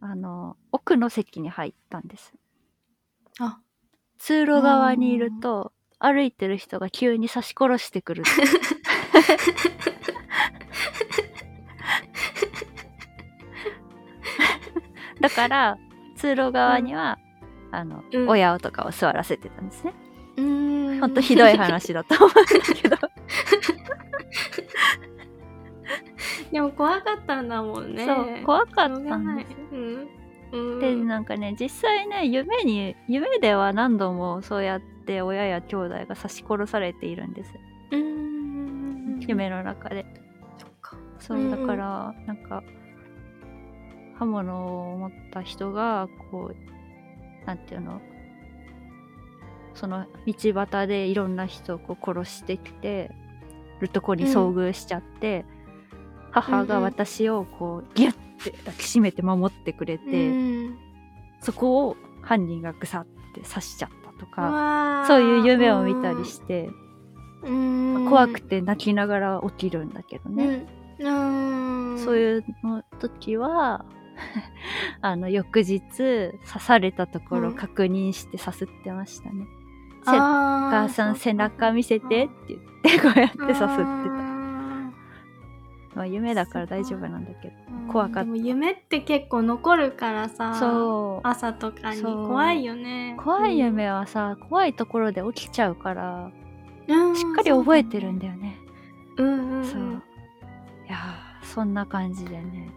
[SPEAKER 1] あの奥の席に入ったんです
[SPEAKER 2] あ
[SPEAKER 1] 通路側にいると歩いてる人が急に刺し殺してくるだから通路側には、あの、
[SPEAKER 2] うん
[SPEAKER 1] 親とかを座らせてたんですね
[SPEAKER 2] うーん
[SPEAKER 1] ほんとひどい話だと思うんだけど、
[SPEAKER 2] でも怖かったんだも んね
[SPEAKER 1] そう怖かった
[SPEAKER 2] しょうが
[SPEAKER 1] ん
[SPEAKER 2] な
[SPEAKER 1] で
[SPEAKER 2] い
[SPEAKER 1] す
[SPEAKER 2] うんうん
[SPEAKER 1] でなんかね実際ね夢に夢では何度もそうやって親や兄弟が刺し殺されているんです、
[SPEAKER 2] うーん
[SPEAKER 1] 夢の中で
[SPEAKER 2] そっか
[SPEAKER 1] そう、
[SPEAKER 2] うん
[SPEAKER 1] だからなんか刃物を持った人がこうなんていうのその道端でいろんな人をこう殺してきてるとこに遭遇しちゃって、母が私をこうギュッて抱きしめて守ってくれて、
[SPEAKER 2] うん
[SPEAKER 1] そこを犯人がぐさって刺しちゃったと
[SPEAKER 2] う
[SPEAKER 1] か
[SPEAKER 2] わー
[SPEAKER 1] そういう夢を見たりして、
[SPEAKER 2] うん
[SPEAKER 1] 怖くて泣きながら起きるんだけどね。
[SPEAKER 2] うんうん
[SPEAKER 1] そう
[SPEAKER 2] う
[SPEAKER 1] いうの時は あの翌日刺されたところ
[SPEAKER 2] うん
[SPEAKER 1] 確認してさすってましたね。せお
[SPEAKER 2] お
[SPEAKER 1] 母さん背中見せてって言ってこうやってさすってた。まあ夢だから大丈夫なんだけど。怖かった
[SPEAKER 2] でも夢って結構残るからさ
[SPEAKER 1] そう
[SPEAKER 2] 朝とかに
[SPEAKER 1] そう
[SPEAKER 2] 怖いよね
[SPEAKER 1] 怖い
[SPEAKER 2] うん
[SPEAKER 1] 夢はさ、怖いところで起きちゃうから
[SPEAKER 2] うん
[SPEAKER 1] しっかり覚えてるんだよね。
[SPEAKER 2] そうだねうんうんうん
[SPEAKER 1] そう。いやーそんな感じでね。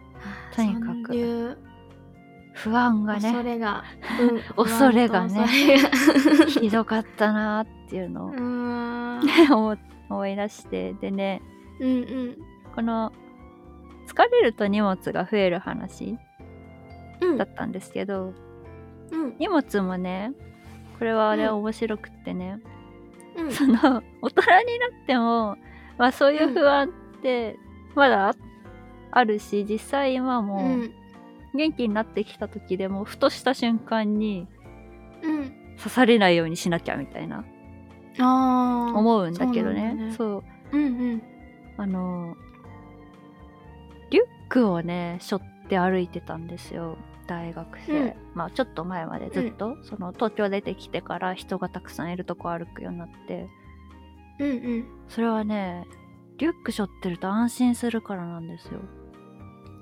[SPEAKER 1] とにかく
[SPEAKER 2] そういう
[SPEAKER 1] 不安がね
[SPEAKER 2] 恐れが、う ん
[SPEAKER 1] 恐れがね
[SPEAKER 2] 不安と恐れが
[SPEAKER 1] ひどかったなーっていうのを
[SPEAKER 2] うー ん
[SPEAKER 1] ね思思い出してでね
[SPEAKER 2] うんうん
[SPEAKER 1] この疲れると荷物が増える話
[SPEAKER 2] うん
[SPEAKER 1] だったんですけど
[SPEAKER 2] うん
[SPEAKER 1] 荷物もねこれはあれ
[SPEAKER 2] うん
[SPEAKER 1] 面白くってね、
[SPEAKER 2] うん
[SPEAKER 1] その大人になっても、まあ、そういう不安ってまだああるし実際今
[SPEAKER 2] う
[SPEAKER 1] も
[SPEAKER 2] ん
[SPEAKER 1] 元気になってきた時でもふとした瞬間に
[SPEAKER 2] うん
[SPEAKER 1] 刺されないようにしなきゃみたいな
[SPEAKER 2] ああ
[SPEAKER 1] 思うんだけどね
[SPEAKER 2] そうなんだね
[SPEAKER 1] そう
[SPEAKER 2] うんうん
[SPEAKER 1] あのリュックをね背負って歩いてたんですよ大学生、
[SPEAKER 2] うん
[SPEAKER 1] まあちょっと前までずっと、その東京出てきてから人がたくさんいるとこ歩くようになって
[SPEAKER 2] うんうん
[SPEAKER 1] それはねリュック背負ってると安心するからなんですよ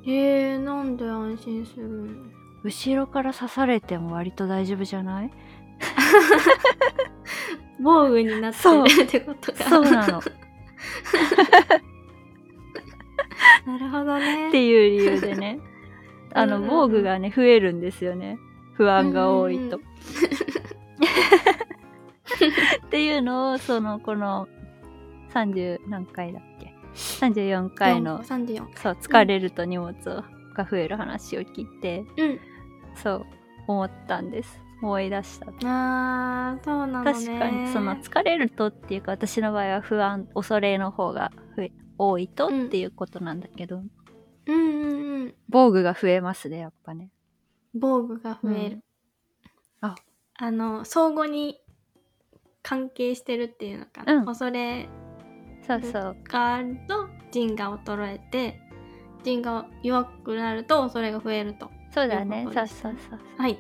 [SPEAKER 2] へえなんで安心するの
[SPEAKER 1] 後ろから刺されても割と大丈夫じゃない
[SPEAKER 2] 防具になってるってことか
[SPEAKER 1] そう なのっ
[SPEAKER 2] なるほどね
[SPEAKER 1] ていう理由でねあ
[SPEAKER 2] う
[SPEAKER 1] の
[SPEAKER 2] んうんうん
[SPEAKER 1] 防具がね増えるんですよね不安が多いと
[SPEAKER 2] うん。
[SPEAKER 1] っていうのをそのこの30何回だっけ34回の
[SPEAKER 2] 三十四
[SPEAKER 1] そう疲れると荷物をが増える話を聞いて
[SPEAKER 2] う
[SPEAKER 1] そう思ったんです思い出した
[SPEAKER 2] んあーそうなのね
[SPEAKER 1] 確かにその疲れるとっていうか私の場合は不安恐れの方が増え多いとっていうことなんだけど、
[SPEAKER 2] うんうんうん
[SPEAKER 1] 防具が増えますねやっぱね
[SPEAKER 2] 防具が増え
[SPEAKER 1] う
[SPEAKER 2] る、
[SPEAKER 1] んあ
[SPEAKER 2] あの相互に関係してるっていうのかな、
[SPEAKER 1] うん
[SPEAKER 2] 恐れ
[SPEAKER 1] そうそう
[SPEAKER 2] があると腎が衰えて腎が弱くなると恐れが増えると
[SPEAKER 1] そうだね
[SPEAKER 2] というこ
[SPEAKER 1] そ
[SPEAKER 2] と
[SPEAKER 1] う
[SPEAKER 2] です
[SPEAKER 1] そうそう
[SPEAKER 2] はい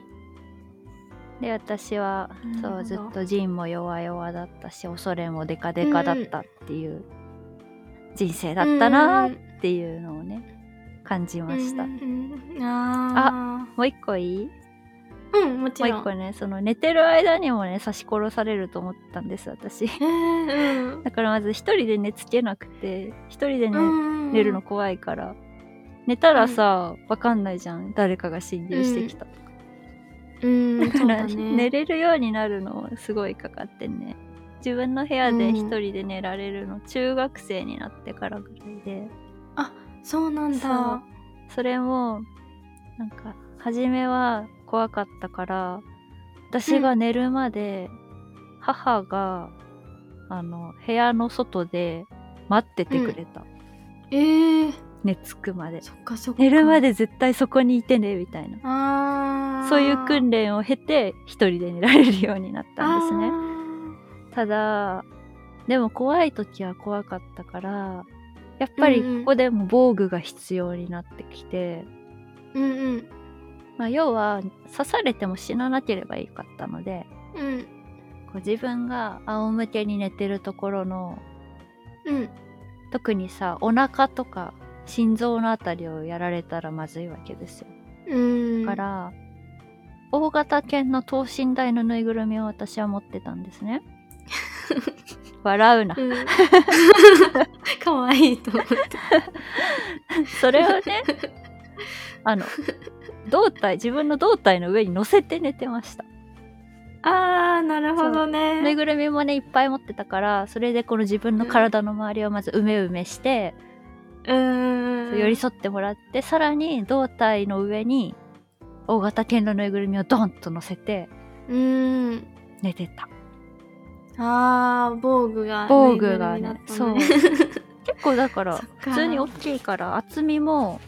[SPEAKER 1] で私はそ
[SPEAKER 2] な
[SPEAKER 1] う
[SPEAKER 2] るほど
[SPEAKER 1] ずっとジンも弱々だったし恐れもデカデカだったっていう人生だったなーっていうのをね感じました、
[SPEAKER 2] うんうんうんあ
[SPEAKER 1] もう一個いい
[SPEAKER 2] あうんもち
[SPEAKER 1] もう
[SPEAKER 2] ろ
[SPEAKER 1] 一
[SPEAKER 2] ん
[SPEAKER 1] 個ねその寝てる間にもね刺し殺されると思ったんです私
[SPEAKER 2] えーうん
[SPEAKER 1] だからまず一人で寝つけなくて一人で寝,、
[SPEAKER 2] うん
[SPEAKER 1] 寝るの怖いから寝たらさ、わかんないじゃん誰かが侵入してきたとか、
[SPEAKER 2] うんそうだ
[SPEAKER 1] 寝
[SPEAKER 2] ね
[SPEAKER 1] れるようになるのすごいかかってんね自分の部屋で一人で寝られるの、中学生になってからぐらいで
[SPEAKER 2] そうなんだ
[SPEAKER 1] それもなんか初めは怖かったから私が寝るまで母が、あの部屋の外で待っててくれた、
[SPEAKER 2] えー、
[SPEAKER 1] 寝つくまで
[SPEAKER 2] そっかそっか
[SPEAKER 1] 寝るまで絶対そこにいてねみたいな
[SPEAKER 2] あー
[SPEAKER 1] そういう訓練を経て一人で寝られるようになったんですね
[SPEAKER 2] あー
[SPEAKER 1] ただでも怖い時は怖かったからやっぱり
[SPEAKER 2] うんうん
[SPEAKER 1] ここでも防具が必要になってきて、
[SPEAKER 2] うんうん
[SPEAKER 1] まあ、要は刺されても死ななければいいかったので
[SPEAKER 2] うん
[SPEAKER 1] こう自分が仰向けに寝てるところの
[SPEAKER 2] うん
[SPEAKER 1] 特にさお腹とか心臓のあたりをやられたらまずいわけですよ
[SPEAKER 2] うん
[SPEAKER 1] だから、大型犬の等身大のぬいぐるみを私は持ってたんです ね笑うな
[SPEAKER 2] うん かわいいと 思って。
[SPEAKER 1] それをねあの胴体自分の胴体の上に乗せて寝てました
[SPEAKER 2] あー、なるほど
[SPEAKER 1] ぬい
[SPEAKER 2] ね。
[SPEAKER 1] ぐるみもねいっぱい持ってたからそれでこの自分の体の周りをまずうめうめして、
[SPEAKER 2] うーん。
[SPEAKER 1] 寄り添ってもらってさらに胴体の上に大型犬のぬいぐるみをドンと乗せて
[SPEAKER 2] うーん。
[SPEAKER 1] 寝てた
[SPEAKER 2] あー、防具が。
[SPEAKER 1] 防具がね
[SPEAKER 2] ぬいぐ
[SPEAKER 1] そ
[SPEAKER 2] る
[SPEAKER 1] う
[SPEAKER 2] みだったのね
[SPEAKER 1] 結構だから
[SPEAKER 2] そっか
[SPEAKER 1] 普通に大きいから厚みも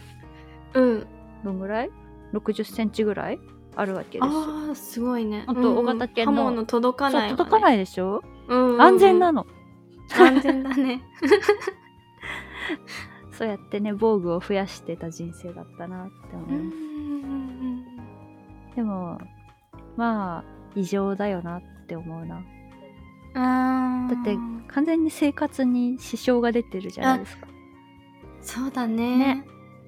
[SPEAKER 2] うん。
[SPEAKER 1] どんぐらい60センチぐらいあるわけですよ
[SPEAKER 2] あー、すごいね。
[SPEAKER 1] あと
[SPEAKER 2] うんうん
[SPEAKER 1] 大型犬の
[SPEAKER 2] 刃物届かない
[SPEAKER 1] そ
[SPEAKER 2] わね。。
[SPEAKER 1] う届かないいでしょ、
[SPEAKER 2] うんうんうん。
[SPEAKER 1] 安全なの
[SPEAKER 2] 安全だ ね。
[SPEAKER 1] そうやってね防具を増やしてた人生だったなって思
[SPEAKER 2] う
[SPEAKER 1] い
[SPEAKER 2] ん
[SPEAKER 1] ます、でもまあ異常だよなって思うな
[SPEAKER 2] うんうん。あー。
[SPEAKER 1] だって完全に生活に支障が出てるじゃないですか
[SPEAKER 2] そうだね。
[SPEAKER 1] ね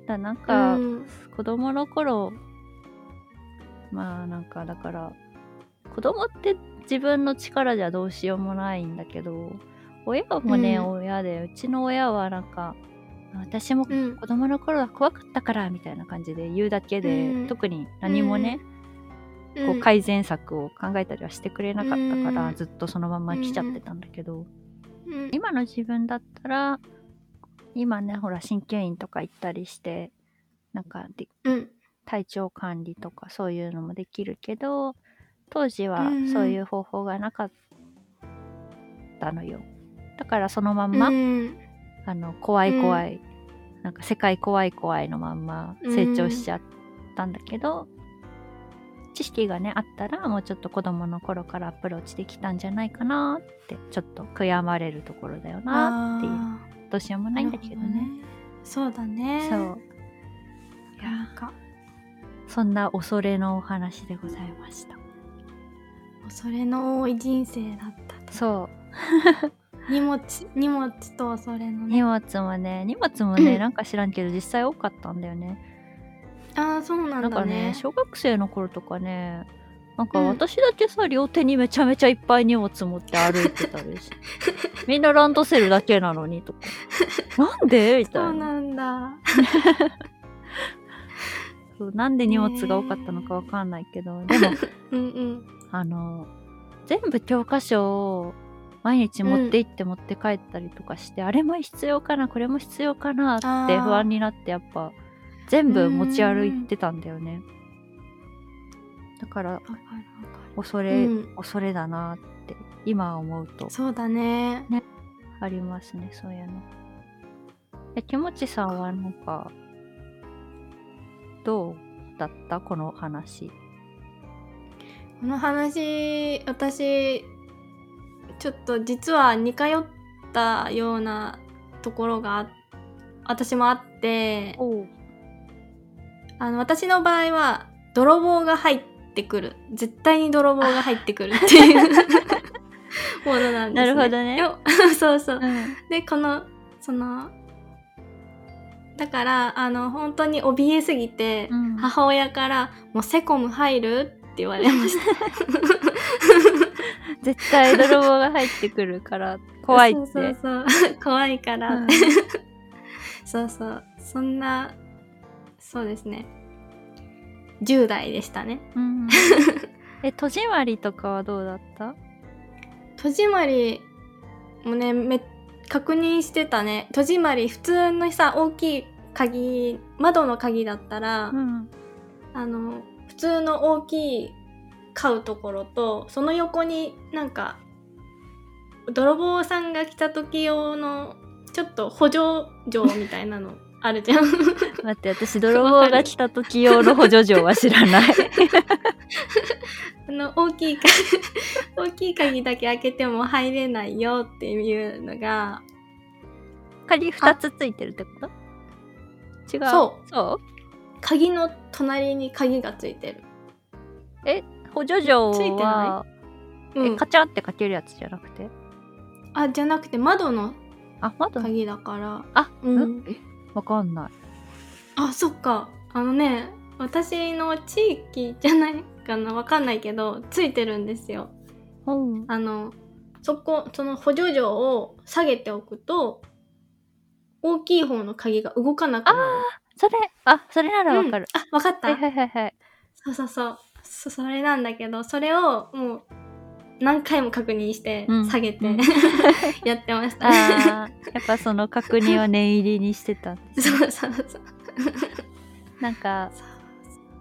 [SPEAKER 1] だからなん
[SPEAKER 2] う
[SPEAKER 1] か、
[SPEAKER 2] ん。
[SPEAKER 1] 子供の頃まあなんかだから子供って自分の力じゃどうしようもないんだけど親もね、
[SPEAKER 2] うん
[SPEAKER 1] 親でうちの親はなんか私も
[SPEAKER 2] うん
[SPEAKER 1] 子供の頃は怖かったからみたいな感じで言うだけで、
[SPEAKER 2] うん
[SPEAKER 1] 特に何もね、
[SPEAKER 2] うん
[SPEAKER 1] こう改善策を考えたりはしてくれなかったから、
[SPEAKER 2] うん
[SPEAKER 1] ずっとそのまま来ちゃってたんだけど、
[SPEAKER 2] うん
[SPEAKER 1] 今の自分だったら今ねほら鍼灸院とか行ったりしてなんかで
[SPEAKER 2] うん
[SPEAKER 1] 体調管理とかそういうのもできるけど当時
[SPEAKER 2] う
[SPEAKER 1] は
[SPEAKER 2] んうん
[SPEAKER 1] そういう方法がなかったのよ、だからそのまんま、
[SPEAKER 2] うん
[SPEAKER 1] あの怖い怖い、なんか世界怖い怖いのまんま成長しちゃったんだけど、知識がねあったらもうちょっと子供の頃からアプローチできたんじゃないかなってちょっと悔やまれるところだよなっていう
[SPEAKER 2] あ
[SPEAKER 1] どうしようも
[SPEAKER 2] ー
[SPEAKER 1] ないんだけど
[SPEAKER 2] なる
[SPEAKER 1] ね
[SPEAKER 2] ほそうだね
[SPEAKER 1] そういや
[SPEAKER 2] なんか
[SPEAKER 1] そんな恐れのお話でございました
[SPEAKER 2] 恐れの多い人生だったと
[SPEAKER 1] そ
[SPEAKER 2] 荷物荷物と恐れの
[SPEAKER 1] う
[SPEAKER 2] ね
[SPEAKER 1] 荷物もね荷物も ね
[SPEAKER 2] うん
[SPEAKER 1] なんか知らんけど実際多かったんだよね
[SPEAKER 2] ああそうな
[SPEAKER 1] なんん
[SPEAKER 2] だ
[SPEAKER 1] かね
[SPEAKER 2] ね
[SPEAKER 1] 小学生の頃とかねなんか
[SPEAKER 2] うん
[SPEAKER 1] 私だけさ、両手にめちゃめちゃいっぱい荷物持って歩いてたり してみんなランドセルだけなのにとかなんでみたい
[SPEAKER 2] そ
[SPEAKER 1] な
[SPEAKER 2] うなんだ
[SPEAKER 1] そうなんで荷物が多かったのかわかんないけど、でも
[SPEAKER 2] うんうん
[SPEAKER 1] あの全部教科書を毎日持って行って持って帰ったりとかして、あれも必要かなこれも必要かなって
[SPEAKER 2] あー
[SPEAKER 1] 不安になってやっぱ全部持ち歩いてたんだよねだから
[SPEAKER 2] わかるわか
[SPEAKER 1] 恐れ、
[SPEAKER 2] うん
[SPEAKER 1] 恐れだなって今思うと
[SPEAKER 2] るそうだね
[SPEAKER 1] ありますねそういうのえ気持ちさんはなんかどうだったこの話
[SPEAKER 2] この話私ちょっと実は似通ったようなところがあ私もあって
[SPEAKER 1] お
[SPEAKER 2] あの私の場合は泥棒が入ってくる絶対に泥棒が入ってくるっ ていうものなんです、ね、
[SPEAKER 1] なるほどね
[SPEAKER 2] でも そうそ
[SPEAKER 1] う
[SPEAKER 2] う
[SPEAKER 1] ん
[SPEAKER 2] でこのそのだからあの本当に怯えすぎて、
[SPEAKER 1] うん
[SPEAKER 2] 母親から「もうセコム入る?」って言われました
[SPEAKER 1] 絶対泥棒が入ってくる から怖いって
[SPEAKER 2] そうそうそう 怖いから、
[SPEAKER 1] うん
[SPEAKER 2] そうそうそんなそうですね10代でしたね
[SPEAKER 1] うん え戸締まりとかはどうだった
[SPEAKER 2] 戸締まりもねめ確認してたね戸締まり普通のさ大きい鍵窓の鍵だったら、
[SPEAKER 1] ん
[SPEAKER 2] あの普通の大きい買うところとその横になんか泥棒さんが来た時用のちょっと補助錠みたいなのあるじ ゃん
[SPEAKER 1] 待って私泥棒が来た時用の補助状は知らない
[SPEAKER 2] あの大きい鍵大きい鍵だけ開けても入れないよっていうのが
[SPEAKER 1] 仮2つついてるってこと違う
[SPEAKER 2] そう
[SPEAKER 1] そう
[SPEAKER 2] 鍵の隣に鍵がついてる、
[SPEAKER 1] 補助錠
[SPEAKER 2] ついて
[SPEAKER 1] は
[SPEAKER 2] なう
[SPEAKER 1] え
[SPEAKER 2] ん
[SPEAKER 1] カ、チャンってかけるやつじゃなくて
[SPEAKER 2] あじゃなくて窓の
[SPEAKER 1] あ窓の
[SPEAKER 2] 鍵だから
[SPEAKER 1] あ、
[SPEAKER 2] うん
[SPEAKER 1] ん、えわかんない
[SPEAKER 2] あそっかあのね私の地域じゃないかなわかんないけどついてるんですよ
[SPEAKER 1] うん
[SPEAKER 2] あのそこその補助錠を下げておくと大きい方の鍵が動かなくなる
[SPEAKER 1] それあそれならわかる、
[SPEAKER 2] うんあわかった、
[SPEAKER 1] はいはいはい はい
[SPEAKER 2] そうそうそうそそれなんだけどそれをもう何回も確認して
[SPEAKER 1] うん
[SPEAKER 2] 下げて、
[SPEAKER 1] うん
[SPEAKER 2] やってました
[SPEAKER 1] あーやっぱその確認を念入りにしてたんですね
[SPEAKER 2] そうそうそう
[SPEAKER 1] なんか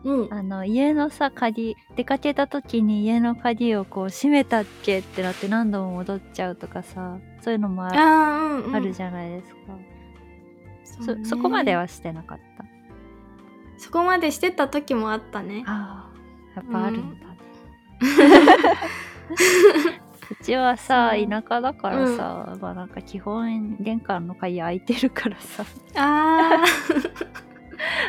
[SPEAKER 2] うん
[SPEAKER 1] あの家のさ鍵出かけた時に家の鍵をこう閉めたっけってなって何度も戻っちゃうとかさそういうのもあ,、
[SPEAKER 2] あーうんうん
[SPEAKER 1] るじゃないですか
[SPEAKER 2] うね
[SPEAKER 1] そそこまではしてなかった
[SPEAKER 2] そこまでしてた時もあったね
[SPEAKER 1] ああやっぱあるんだね、 うちはさ
[SPEAKER 2] そう
[SPEAKER 1] 田舎だからさ、まあなんか基本玄関の鍵開いてるからさ
[SPEAKER 2] あー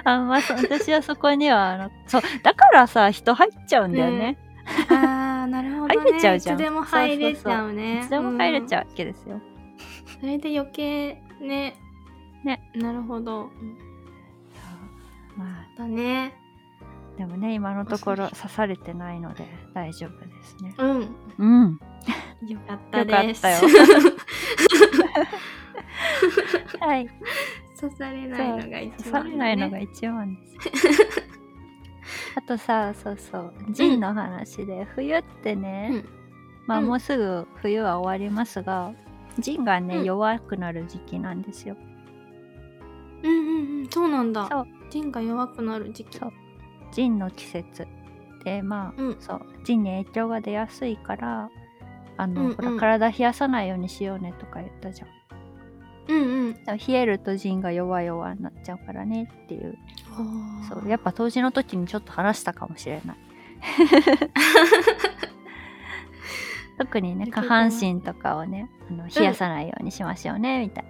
[SPEAKER 1] あんまそ私はそこにはあの そうだからさ人入っちゃうんだよね、
[SPEAKER 2] あーなるほどね
[SPEAKER 1] 入れちゃうじゃん
[SPEAKER 2] いつでも入れちゃうね
[SPEAKER 1] いつでも入れち
[SPEAKER 2] ゃ
[SPEAKER 1] ゃうわけですよ、
[SPEAKER 2] うん、それで余計ね
[SPEAKER 1] ね
[SPEAKER 2] なるほ
[SPEAKER 1] そ
[SPEAKER 2] ど
[SPEAKER 1] うまあ
[SPEAKER 2] だね
[SPEAKER 1] でもね今のところ刺されてないので大丈夫です ね
[SPEAKER 2] うん
[SPEAKER 1] うん
[SPEAKER 2] よかった
[SPEAKER 1] よかっ
[SPEAKER 2] です
[SPEAKER 1] たよはい
[SPEAKER 2] そ 刺されないのが一番、ね、
[SPEAKER 1] 刺されないのが一番ですよ あとさそうそうジンの話で、冬ってね、
[SPEAKER 2] うん
[SPEAKER 1] まあ
[SPEAKER 2] うん
[SPEAKER 1] もうすぐ冬は終わりますがジンがね、
[SPEAKER 2] うん
[SPEAKER 1] 弱くなる時期なんですよ
[SPEAKER 2] うんうんうんそうなんだ
[SPEAKER 1] そう
[SPEAKER 2] ジンが弱くなる時期
[SPEAKER 1] そうジンの季節でまあ、
[SPEAKER 2] うん
[SPEAKER 1] そう腎に影響が出やすいからあの、
[SPEAKER 2] うんうん
[SPEAKER 1] ほら体冷やさないようにしようねとか言ったじゃん
[SPEAKER 2] うんうん
[SPEAKER 1] だから冷えると腎が弱々になっちゃうからねっていうそうやっぱ当時の時にちょっと話したかもしれ ない特にね
[SPEAKER 2] 聞いて
[SPEAKER 1] 下
[SPEAKER 2] ます
[SPEAKER 1] 半身とかをねあの冷やさないようにしましょうね、みたい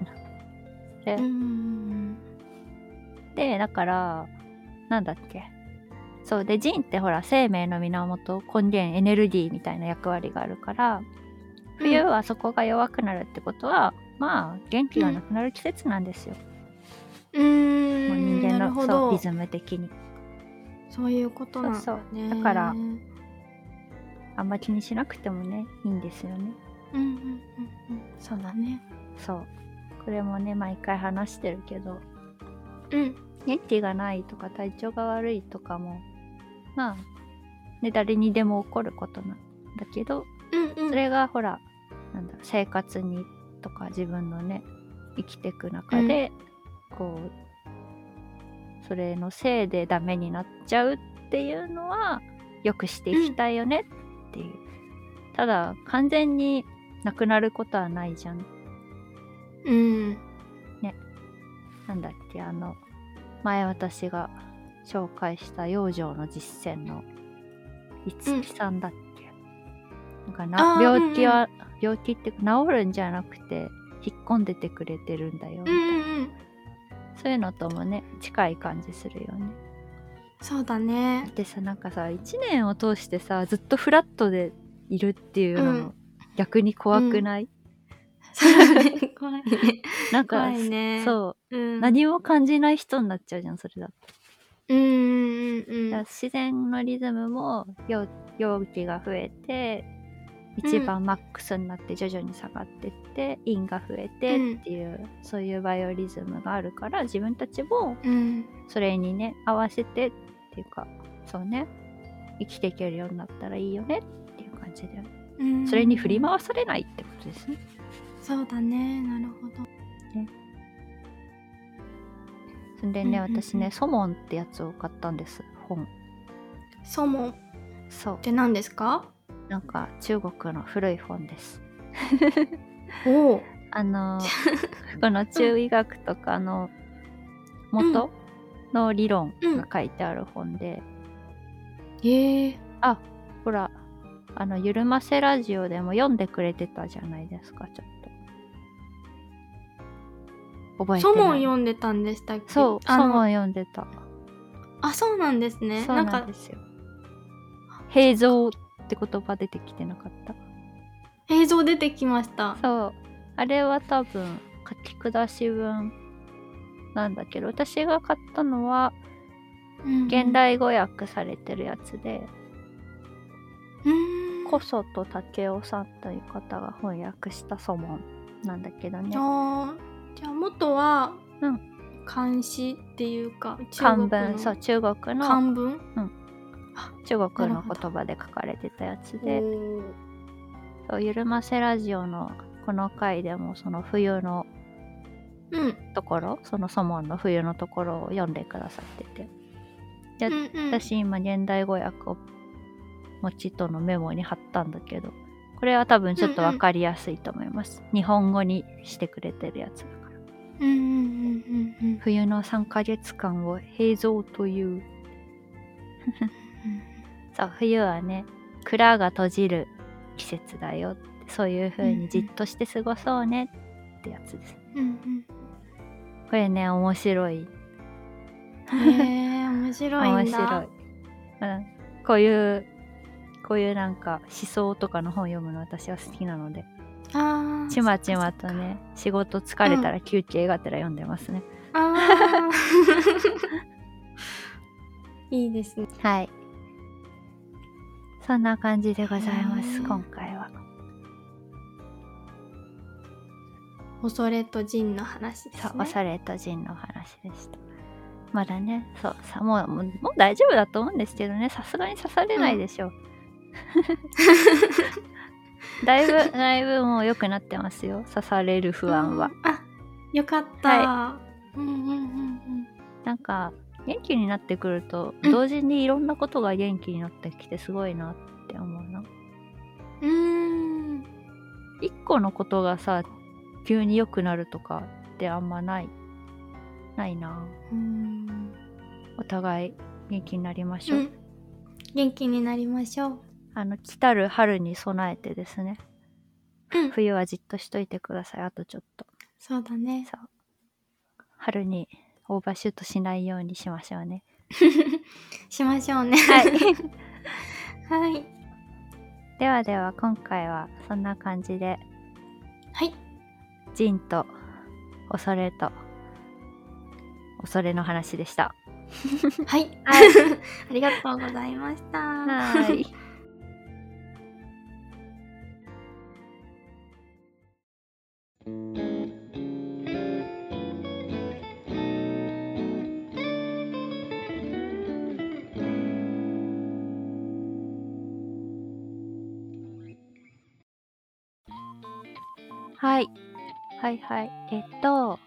[SPEAKER 1] な
[SPEAKER 2] うんうん
[SPEAKER 1] でだからなんだっけそうで腎ってほら生命の源根源エネルギーみたいな役割があるから冬はそこが弱くなるってことは、まあ元気がなくなる季節なんですよ、
[SPEAKER 2] うんうん
[SPEAKER 1] もう人間
[SPEAKER 2] なる
[SPEAKER 1] の
[SPEAKER 2] ほ
[SPEAKER 1] そう
[SPEAKER 2] ど
[SPEAKER 1] リズム的に
[SPEAKER 2] そういうことなんだね
[SPEAKER 1] そうそうだから
[SPEAKER 2] うん
[SPEAKER 1] あんま気にしなくてもねいいんですよね
[SPEAKER 2] うんうんうんそうだね
[SPEAKER 1] そうこれもね毎回話してるけど
[SPEAKER 2] うん
[SPEAKER 1] 元気がないとか体調が悪いとかもまあね誰にでも起こることなんだけど
[SPEAKER 2] うんうん
[SPEAKER 1] それがほらなんだろう生活にとか自分のね生きていく中で、こうそれのせいでダメになっちゃうっていうのはよくしていきたいよねっていう、ただ完全になくなることはないじゃん
[SPEAKER 2] うん
[SPEAKER 1] なんだっけあの前私が紹介した養生の実践のいつきさんだっけ、なんか
[SPEAKER 2] あー
[SPEAKER 1] な病気は、病気って治るんじゃなくて引っ込んでてくれてるんだよ、
[SPEAKER 2] うんうんうん
[SPEAKER 1] そういうのともね近い感じするよね
[SPEAKER 2] そうだね
[SPEAKER 1] でさなんかさ1年を通してさずっとフラットでいるっていうの
[SPEAKER 2] うん
[SPEAKER 1] も逆に怖くない、
[SPEAKER 2] そうだね怖いね
[SPEAKER 1] なんか
[SPEAKER 2] 怖いね、
[SPEAKER 1] そう
[SPEAKER 2] ん、
[SPEAKER 1] う何も感じない人になっちゃうじゃんそれだと
[SPEAKER 2] うんうんうんう
[SPEAKER 1] だから
[SPEAKER 2] ん
[SPEAKER 1] 自然のリズムも容容器が増えて一番マックスになって徐々に下がってって、陰が増えてっていう、そういうバイオリズムがあるから自分たちも
[SPEAKER 2] うん
[SPEAKER 1] それにね合わせてっていうかそうね生きていけるようになったらいいよねっていう感じで
[SPEAKER 2] うん
[SPEAKER 1] それに振り回されないってことですね。
[SPEAKER 2] そうだねなるほど
[SPEAKER 1] そんで
[SPEAKER 2] うん
[SPEAKER 1] ね
[SPEAKER 2] うんうん
[SPEAKER 1] 私ね「ソモン」ってやつを買ったんです本。
[SPEAKER 2] ソモンっ
[SPEAKER 1] そう
[SPEAKER 2] て何ですか
[SPEAKER 1] なんか中国の古い本です。
[SPEAKER 2] おお
[SPEAKER 1] あ のこの中医学とかの元の理論が書いてある本で、
[SPEAKER 2] ええ
[SPEAKER 1] ほらあの「ゆるませラジオ」でも読んでくれてたじゃないですかちょっと覚えてな
[SPEAKER 2] ソ
[SPEAKER 1] い
[SPEAKER 2] モン読んでたんでしたっけ
[SPEAKER 1] そう
[SPEAKER 2] あ
[SPEAKER 1] ソモ
[SPEAKER 2] の
[SPEAKER 1] ン読んでた
[SPEAKER 2] あそうなんですね
[SPEAKER 1] そう
[SPEAKER 2] なん
[SPEAKER 1] なん
[SPEAKER 2] か
[SPEAKER 1] ですよ平蔵って言葉出てきてなかった
[SPEAKER 2] 映像出てきました
[SPEAKER 1] そうあれは多分書き下し文なんだけど私が買ったのは現代語訳されてるやつで、
[SPEAKER 2] うん
[SPEAKER 1] こそと竹雄さんという方が翻訳したソモンなんだけどね
[SPEAKER 2] あーじゃあ元は、
[SPEAKER 1] う
[SPEAKER 2] 漢詩っていうか
[SPEAKER 1] 漢
[SPEAKER 2] 中国
[SPEAKER 1] 文
[SPEAKER 2] の
[SPEAKER 1] そう中国
[SPEAKER 2] 漢
[SPEAKER 1] の
[SPEAKER 2] 文
[SPEAKER 1] 中国
[SPEAKER 2] なる
[SPEAKER 1] の
[SPEAKER 2] ほど
[SPEAKER 1] 言葉で書かれてたやつ
[SPEAKER 2] お
[SPEAKER 1] で
[SPEAKER 2] ー
[SPEAKER 1] 「そうゆるませラジオ」のこの回でもその冬の
[SPEAKER 2] うん
[SPEAKER 1] ところそのソモンの冬のところを読んでくださっててで
[SPEAKER 2] うんうん、
[SPEAKER 1] 私今現代語訳をもちとのメモに貼ったんだけどこれは多分ちょっと分かりやすいと思います、日本語にしてくれてるやつだから。
[SPEAKER 2] うんうんうんうんうん
[SPEAKER 1] 冬の3ヶ月間を平蔵というそう冬はね蔵が閉じる季節だよってそういう風にじっとして過ごそうねってやつです
[SPEAKER 2] うんうん
[SPEAKER 1] これね面白い
[SPEAKER 2] うんへえ面白い
[SPEAKER 1] 面
[SPEAKER 2] んだ
[SPEAKER 1] 白い、うん、こういうこういうなんか思想とかの本読むの私は好きなので
[SPEAKER 2] あー
[SPEAKER 1] ちまちまとね仕事疲れたら休憩がてら読んでますね、
[SPEAKER 2] そっかあーいいですね
[SPEAKER 1] はいそんな感じでございま
[SPEAKER 2] へ
[SPEAKER 1] す
[SPEAKER 2] ー
[SPEAKER 1] 今回は
[SPEAKER 2] 恐れと仁の話です
[SPEAKER 1] そう
[SPEAKER 2] ね。
[SPEAKER 1] 恐れと仁の話でしたまだねそうさもうもうもう大丈夫だと思うんですけどねさすがに刺されないでし ょう、だいぶだいぶもう良くなってますよ刺される不安は、
[SPEAKER 2] あ、よかった。
[SPEAKER 1] は
[SPEAKER 2] うんうんうん
[SPEAKER 1] なんか元気になってくると
[SPEAKER 2] うん
[SPEAKER 1] 同時にいろんなことが元気になってきてすごいなって思うな
[SPEAKER 2] うん。うーん。
[SPEAKER 1] 一個のことがさ急に良くなるとかってあんまないないな
[SPEAKER 2] うん。
[SPEAKER 1] お互い元気になりましょう、
[SPEAKER 2] うん元気になりましょう。
[SPEAKER 1] あの来たる春に備えてですね
[SPEAKER 2] うん。
[SPEAKER 1] 冬はじっとしといてくださいあとちょっと
[SPEAKER 2] そうだね。
[SPEAKER 1] さ春にオーバーシュートしないようにしましょうね
[SPEAKER 2] しましょうね。
[SPEAKER 1] はい
[SPEAKER 2] はい。
[SPEAKER 1] ではでは今回はそんな感じで
[SPEAKER 2] はい。
[SPEAKER 1] ジンと恐れと恐れの話でした
[SPEAKER 2] はい。 ありがとうございました。
[SPEAKER 1] は ーいはい。はいはい。えっと、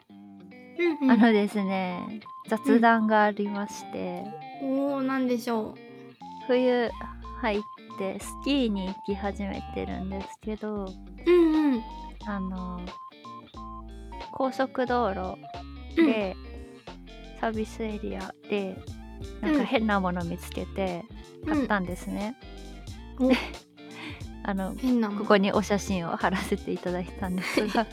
[SPEAKER 2] うんうん
[SPEAKER 1] あのですね、雑談がありまして、
[SPEAKER 2] おお、なんでしょ
[SPEAKER 1] 冬入ってスキーに行き始めてるんですけど、
[SPEAKER 2] う。うんうん。
[SPEAKER 1] あの、高速道路で、サービスエリアで、なん
[SPEAKER 2] う
[SPEAKER 1] か
[SPEAKER 2] ん
[SPEAKER 1] 変なもの見つけて
[SPEAKER 2] うん、
[SPEAKER 1] 買ったんですね。
[SPEAKER 2] お
[SPEAKER 1] あの、
[SPEAKER 2] 変なもん
[SPEAKER 1] ここにお写真を貼らせていただいたんです が、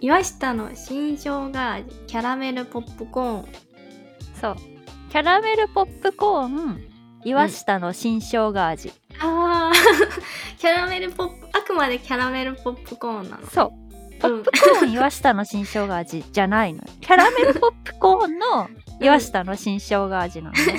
[SPEAKER 2] 岩下の新生姜味キャラメルポップコーン
[SPEAKER 1] そう。キャラメルポップコーン、岩下の新生姜味。
[SPEAKER 2] あキャラメルポップあくまでキャラメルポップコーンなの
[SPEAKER 1] そう。ポ
[SPEAKER 2] うん
[SPEAKER 1] ップコーン岩下の新生姜味じゃないのよ。 キャラメルポップコーンの岩下の新生姜味なのね。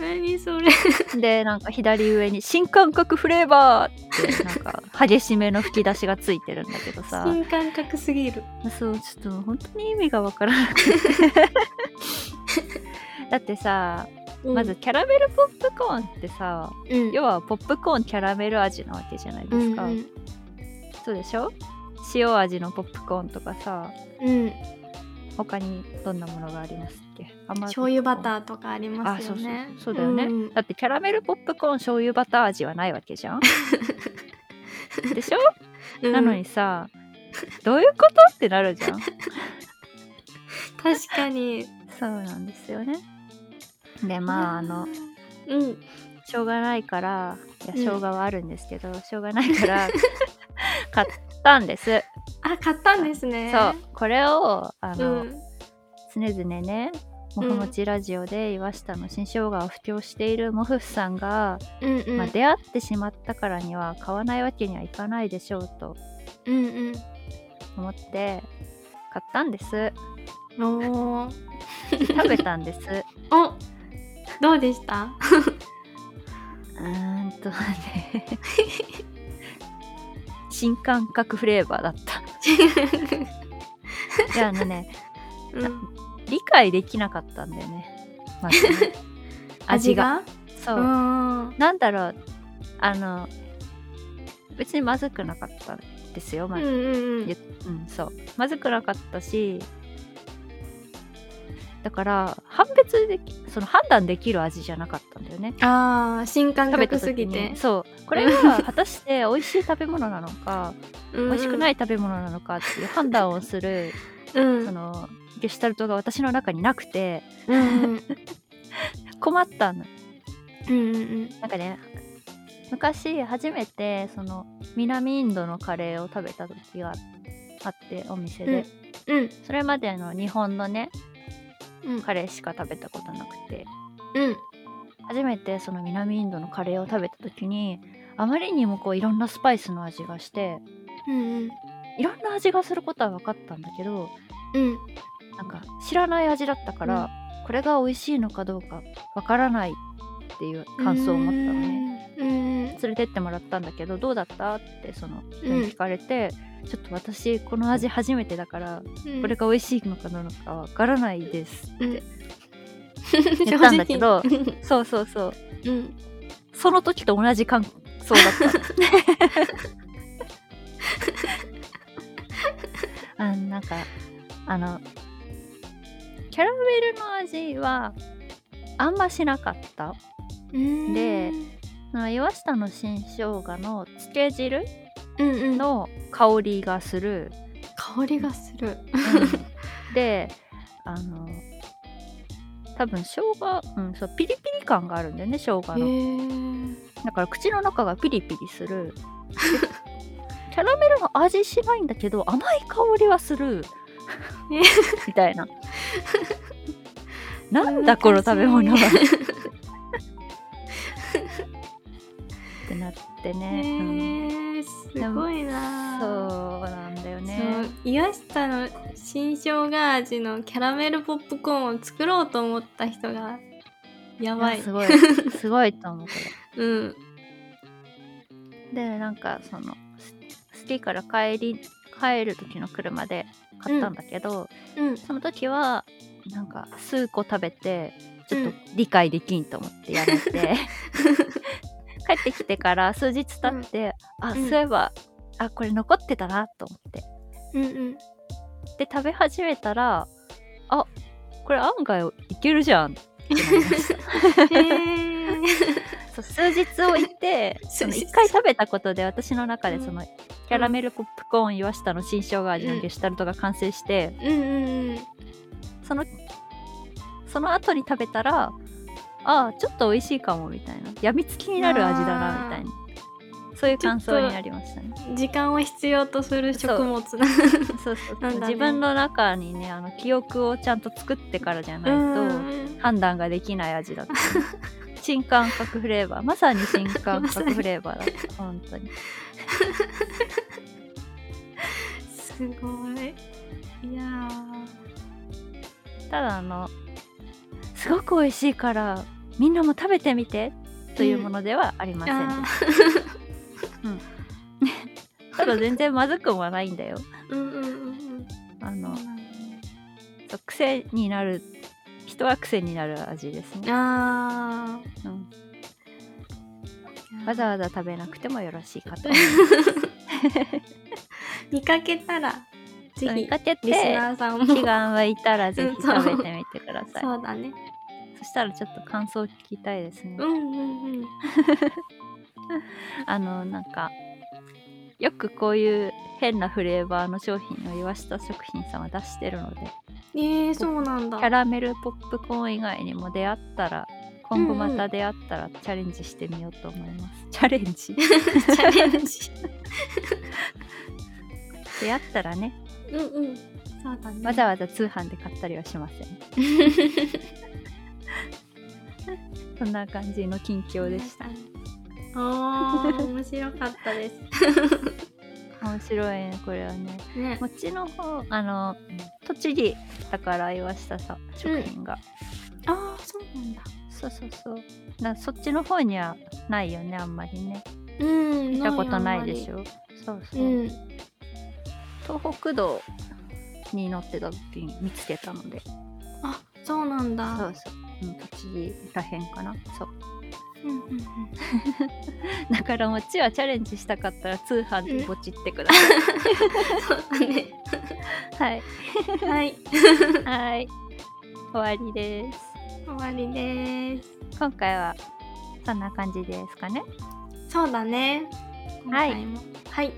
[SPEAKER 2] 何それ
[SPEAKER 1] で、なんか左上に新感覚フレーバーって、なんか激しめの吹き出しがついてるんだけどさ。
[SPEAKER 2] 新感覚すぎる
[SPEAKER 1] そうちょっと本当に意味がわからなく てだってさ、まずキャラメルポップコーンってさ
[SPEAKER 2] うん
[SPEAKER 1] 要はポップコーンキャラメル味なわけじゃないですか、
[SPEAKER 2] うんうん
[SPEAKER 1] そうでしょ塩味のポップコーンとかさ
[SPEAKER 2] うん
[SPEAKER 1] 他にどんなものがありますっけ甘
[SPEAKER 2] 醤油バ
[SPEAKER 1] ー
[SPEAKER 2] ターとかありますよね
[SPEAKER 1] あそうそうそうだよね、
[SPEAKER 2] ん
[SPEAKER 1] だってキャラメルポップコーン醤油バター味はないわけじ ゃんでしょ、
[SPEAKER 2] うん
[SPEAKER 1] なのにさどういうことってなるじゃん
[SPEAKER 2] 確かに
[SPEAKER 1] そうなんですよねでまああの
[SPEAKER 2] うん
[SPEAKER 1] しょうがないからいや
[SPEAKER 2] うん
[SPEAKER 1] しょうがはあるんですけど、しょうがないから 買ったんです、
[SPEAKER 2] あ買ったんですね
[SPEAKER 1] そうこれをあの、
[SPEAKER 2] うん
[SPEAKER 1] 常々ねもふもちラジオで岩下の新生姜を布教しているもふふさんが、
[SPEAKER 2] うんうん
[SPEAKER 1] まあ、出会ってしまったからには買わないわけにはいかないでしょうと
[SPEAKER 2] うん
[SPEAKER 1] 思って買ったんです
[SPEAKER 2] うんおー
[SPEAKER 1] 食べたんです
[SPEAKER 2] おどうでした
[SPEAKER 1] うーんとね 新感覚フレーバーだ ったじゃああのね
[SPEAKER 2] うん
[SPEAKER 1] 理解できなかったんだよね。まずね 味が。そうう。
[SPEAKER 2] ん
[SPEAKER 1] なんだろう。あの、別にまずくなかったんですよ。ま
[SPEAKER 2] う
[SPEAKER 1] あ
[SPEAKER 2] んうんうん
[SPEAKER 1] 言っうん、そう。まずくなかったし、だから、判別でき、その判断できる味じゃなかったんだよね。
[SPEAKER 2] あー新感
[SPEAKER 1] 食べた
[SPEAKER 2] 覚す
[SPEAKER 1] 時
[SPEAKER 2] ぎて
[SPEAKER 1] に。そう。これが 果たして美味しい食べ物なのか、
[SPEAKER 2] 美、
[SPEAKER 1] 美味しくないい食べ物なのかっていう判断をする、
[SPEAKER 2] うん、
[SPEAKER 1] その、ゲシュタルトが私の中になくて、
[SPEAKER 2] うんうん
[SPEAKER 1] 困ったの。
[SPEAKER 2] うんうん
[SPEAKER 1] なんかね昔初めてその南インドのカレーを食べた時があってお店で、
[SPEAKER 2] うん
[SPEAKER 1] それまでの日本のね
[SPEAKER 2] うん
[SPEAKER 1] カレーしか食べたことなくて
[SPEAKER 2] うん
[SPEAKER 1] 初めてその南インドのカレーを食べた時にあまりにもこういろんなスパイスの味がして
[SPEAKER 2] うん
[SPEAKER 1] いろんな味がすることは分かったんだけど
[SPEAKER 2] うん
[SPEAKER 1] なんか知らない味だったから、これが美味しいのかどうか分からないっていう感想を持ったのね。
[SPEAKER 2] うんうん
[SPEAKER 1] 連れてってもらったんだけどどうだったってその人に聞かれて、ちょっと私この味初めてだからこれが美味しいのかどうのかわからないですって、
[SPEAKER 2] うん
[SPEAKER 1] 言ったんだけど
[SPEAKER 2] 正直
[SPEAKER 1] そうそうそう
[SPEAKER 2] うん
[SPEAKER 1] その時と同じ感想だった あのなんかあのキャラメルの味はあんましなかった
[SPEAKER 2] うん
[SPEAKER 1] でその岩下の新生姜のつけ汁
[SPEAKER 2] うんうん
[SPEAKER 1] の香りがす る、
[SPEAKER 2] 香りがする
[SPEAKER 1] であの多分生姜、うん、そうピリピリ感があるんだよね生姜
[SPEAKER 2] へ
[SPEAKER 1] の
[SPEAKER 2] ー
[SPEAKER 1] だから口の中がピリピリする でキャラメルの味しないんだけど甘い香りはする
[SPEAKER 2] え
[SPEAKER 1] みたい ななんだこの食べ物は
[SPEAKER 2] 難し
[SPEAKER 1] ってなって
[SPEAKER 2] へ
[SPEAKER 1] ね、うん
[SPEAKER 2] ーすごいなぁ
[SPEAKER 1] そうなんだよね
[SPEAKER 2] そう岩下の新生姜味のキャラメルポップコーンを作ろうと思った人がやばい
[SPEAKER 1] いやすご いすごいと思うこ
[SPEAKER 2] うん
[SPEAKER 1] れでなんかそのススキーから帰り帰る時の車で買ったんだけど、
[SPEAKER 2] うん
[SPEAKER 1] その時はなんか数個食べてちょっ
[SPEAKER 2] う
[SPEAKER 1] と
[SPEAKER 2] ん
[SPEAKER 1] 理解できんと思ってやめて、 帰ってきてから数日経って、あそううんいえばあこれ残ってたなと思って
[SPEAKER 2] うんうん
[SPEAKER 1] で食べ始めたらあこれ案外いけるじゃんってなりました
[SPEAKER 2] へ ー
[SPEAKER 1] そう数日置いてその
[SPEAKER 2] 数日
[SPEAKER 1] 1回食べたことで私の中で
[SPEAKER 2] うん
[SPEAKER 1] その、キャラメルポップコーン岩下の新生姜味のゲシュタルトが完成して、
[SPEAKER 2] うんうんうん
[SPEAKER 1] そのその後に食べたらああちょっと美味しいかもみたいなやみつきになる味だなみたいなそういう感想になりましたね
[SPEAKER 2] 時間を必要とする食物
[SPEAKER 1] そうそ
[SPEAKER 2] な
[SPEAKER 1] うそう、
[SPEAKER 2] なんだね
[SPEAKER 1] 自分の中にねあの記憶をちゃんと作ってからじゃな
[SPEAKER 2] う
[SPEAKER 1] いと
[SPEAKER 2] ん
[SPEAKER 1] 判断ができない味だ ったね新感覚フレーバーまさに新感
[SPEAKER 2] まさ
[SPEAKER 1] 覚
[SPEAKER 2] に
[SPEAKER 1] フレーバーだった 本当に
[SPEAKER 2] すごいいや
[SPEAKER 1] ただあのすごく美味しいからみんなも食べてみてというものではありませんでした、
[SPEAKER 2] あ
[SPEAKER 1] ただ全然まずくもないんだよ
[SPEAKER 2] うんうんうん
[SPEAKER 1] あ
[SPEAKER 2] う
[SPEAKER 1] の
[SPEAKER 2] ん
[SPEAKER 1] そう癖になる人は癖になる味ですね、
[SPEAKER 2] あー
[SPEAKER 1] うんわざわざ食べなくてもよろしいか と思い
[SPEAKER 2] 見かけたらぜ
[SPEAKER 1] ます見
[SPEAKER 2] ひ
[SPEAKER 1] かけ
[SPEAKER 2] リス
[SPEAKER 1] て
[SPEAKER 2] ナー さんも
[SPEAKER 1] 気が向いたらぜひ食べてみてください、
[SPEAKER 2] そうだね
[SPEAKER 1] そしたらちょっと感想聞きたいですね、
[SPEAKER 2] うんうんうん
[SPEAKER 1] あのなんかよくこういう変なフレーバーの商品を岩下食品さんは出してるので
[SPEAKER 2] えー、そうなんだ
[SPEAKER 1] キャラメルポップコーン以外にも出会ったら今後また出会ったらチャレンジしてみようと思います、 チャレンジ
[SPEAKER 2] チャレン ジ
[SPEAKER 1] 出会ったらね
[SPEAKER 2] うんうんそうだね
[SPEAKER 1] わざわざ通販で買ったりはしま せんそんな感じの近況でした
[SPEAKER 2] あー面白かったです
[SPEAKER 1] 面白いねこれはね
[SPEAKER 2] ね
[SPEAKER 1] こっちの方あの栃木だから岩下さん食品が、
[SPEAKER 2] あーそうなんだ
[SPEAKER 1] そうそうそうなそっちの方にはないよねあんまりね
[SPEAKER 2] うん
[SPEAKER 1] 見たことないでし
[SPEAKER 2] ょ
[SPEAKER 1] ょそうそうう、
[SPEAKER 2] ん
[SPEAKER 1] 東北道に乗ってた時に見つけたので
[SPEAKER 2] あそうなんだ
[SPEAKER 1] そうそう、うん、栃木らへんかなそう
[SPEAKER 2] うんうんうん
[SPEAKER 1] だからもちはチャレンジしたかったら通販でポチってください、
[SPEAKER 2] そうだね
[SPEAKER 1] はい
[SPEAKER 2] はい
[SPEAKER 1] はい終わりです
[SPEAKER 2] 終わりです
[SPEAKER 1] 今回はそんな感じですかね
[SPEAKER 2] そうだね今回もはい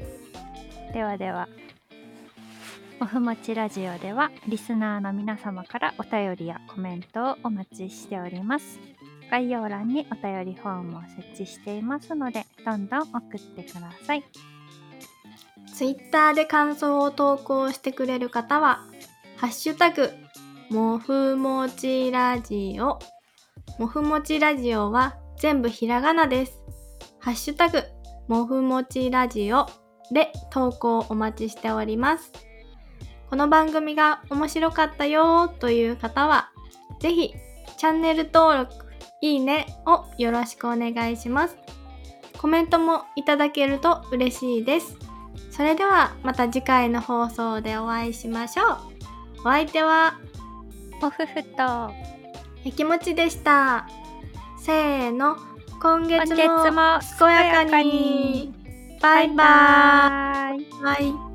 [SPEAKER 1] ではではもふもちラジオではリスナーの皆様からお便りやコメントをお待ちしております概要欄にお便りフォームを設置していますのでどんどん送ってください
[SPEAKER 2] ツイッターで感想を投稿してくれる方は、ハッシュタグ、もふもちラジオ。もふもちラジオは全部ひらがなです。ハッシュタグ、もふもちラジオで投稿お待ちしております。この番組が面白かったよーという方は、ぜひチャンネル登録、いいねをよろしくお願いします。コメントもいただけると嬉しいです。それではまた次回の放送でお会いしましょう。お相手は
[SPEAKER 1] もふふと
[SPEAKER 2] やきもちでした。せーの、今
[SPEAKER 1] 今
[SPEAKER 2] 月
[SPEAKER 1] 月
[SPEAKER 2] も
[SPEAKER 1] も
[SPEAKER 2] 健やかに。バイバ
[SPEAKER 1] バイバイ
[SPEAKER 2] ーイ。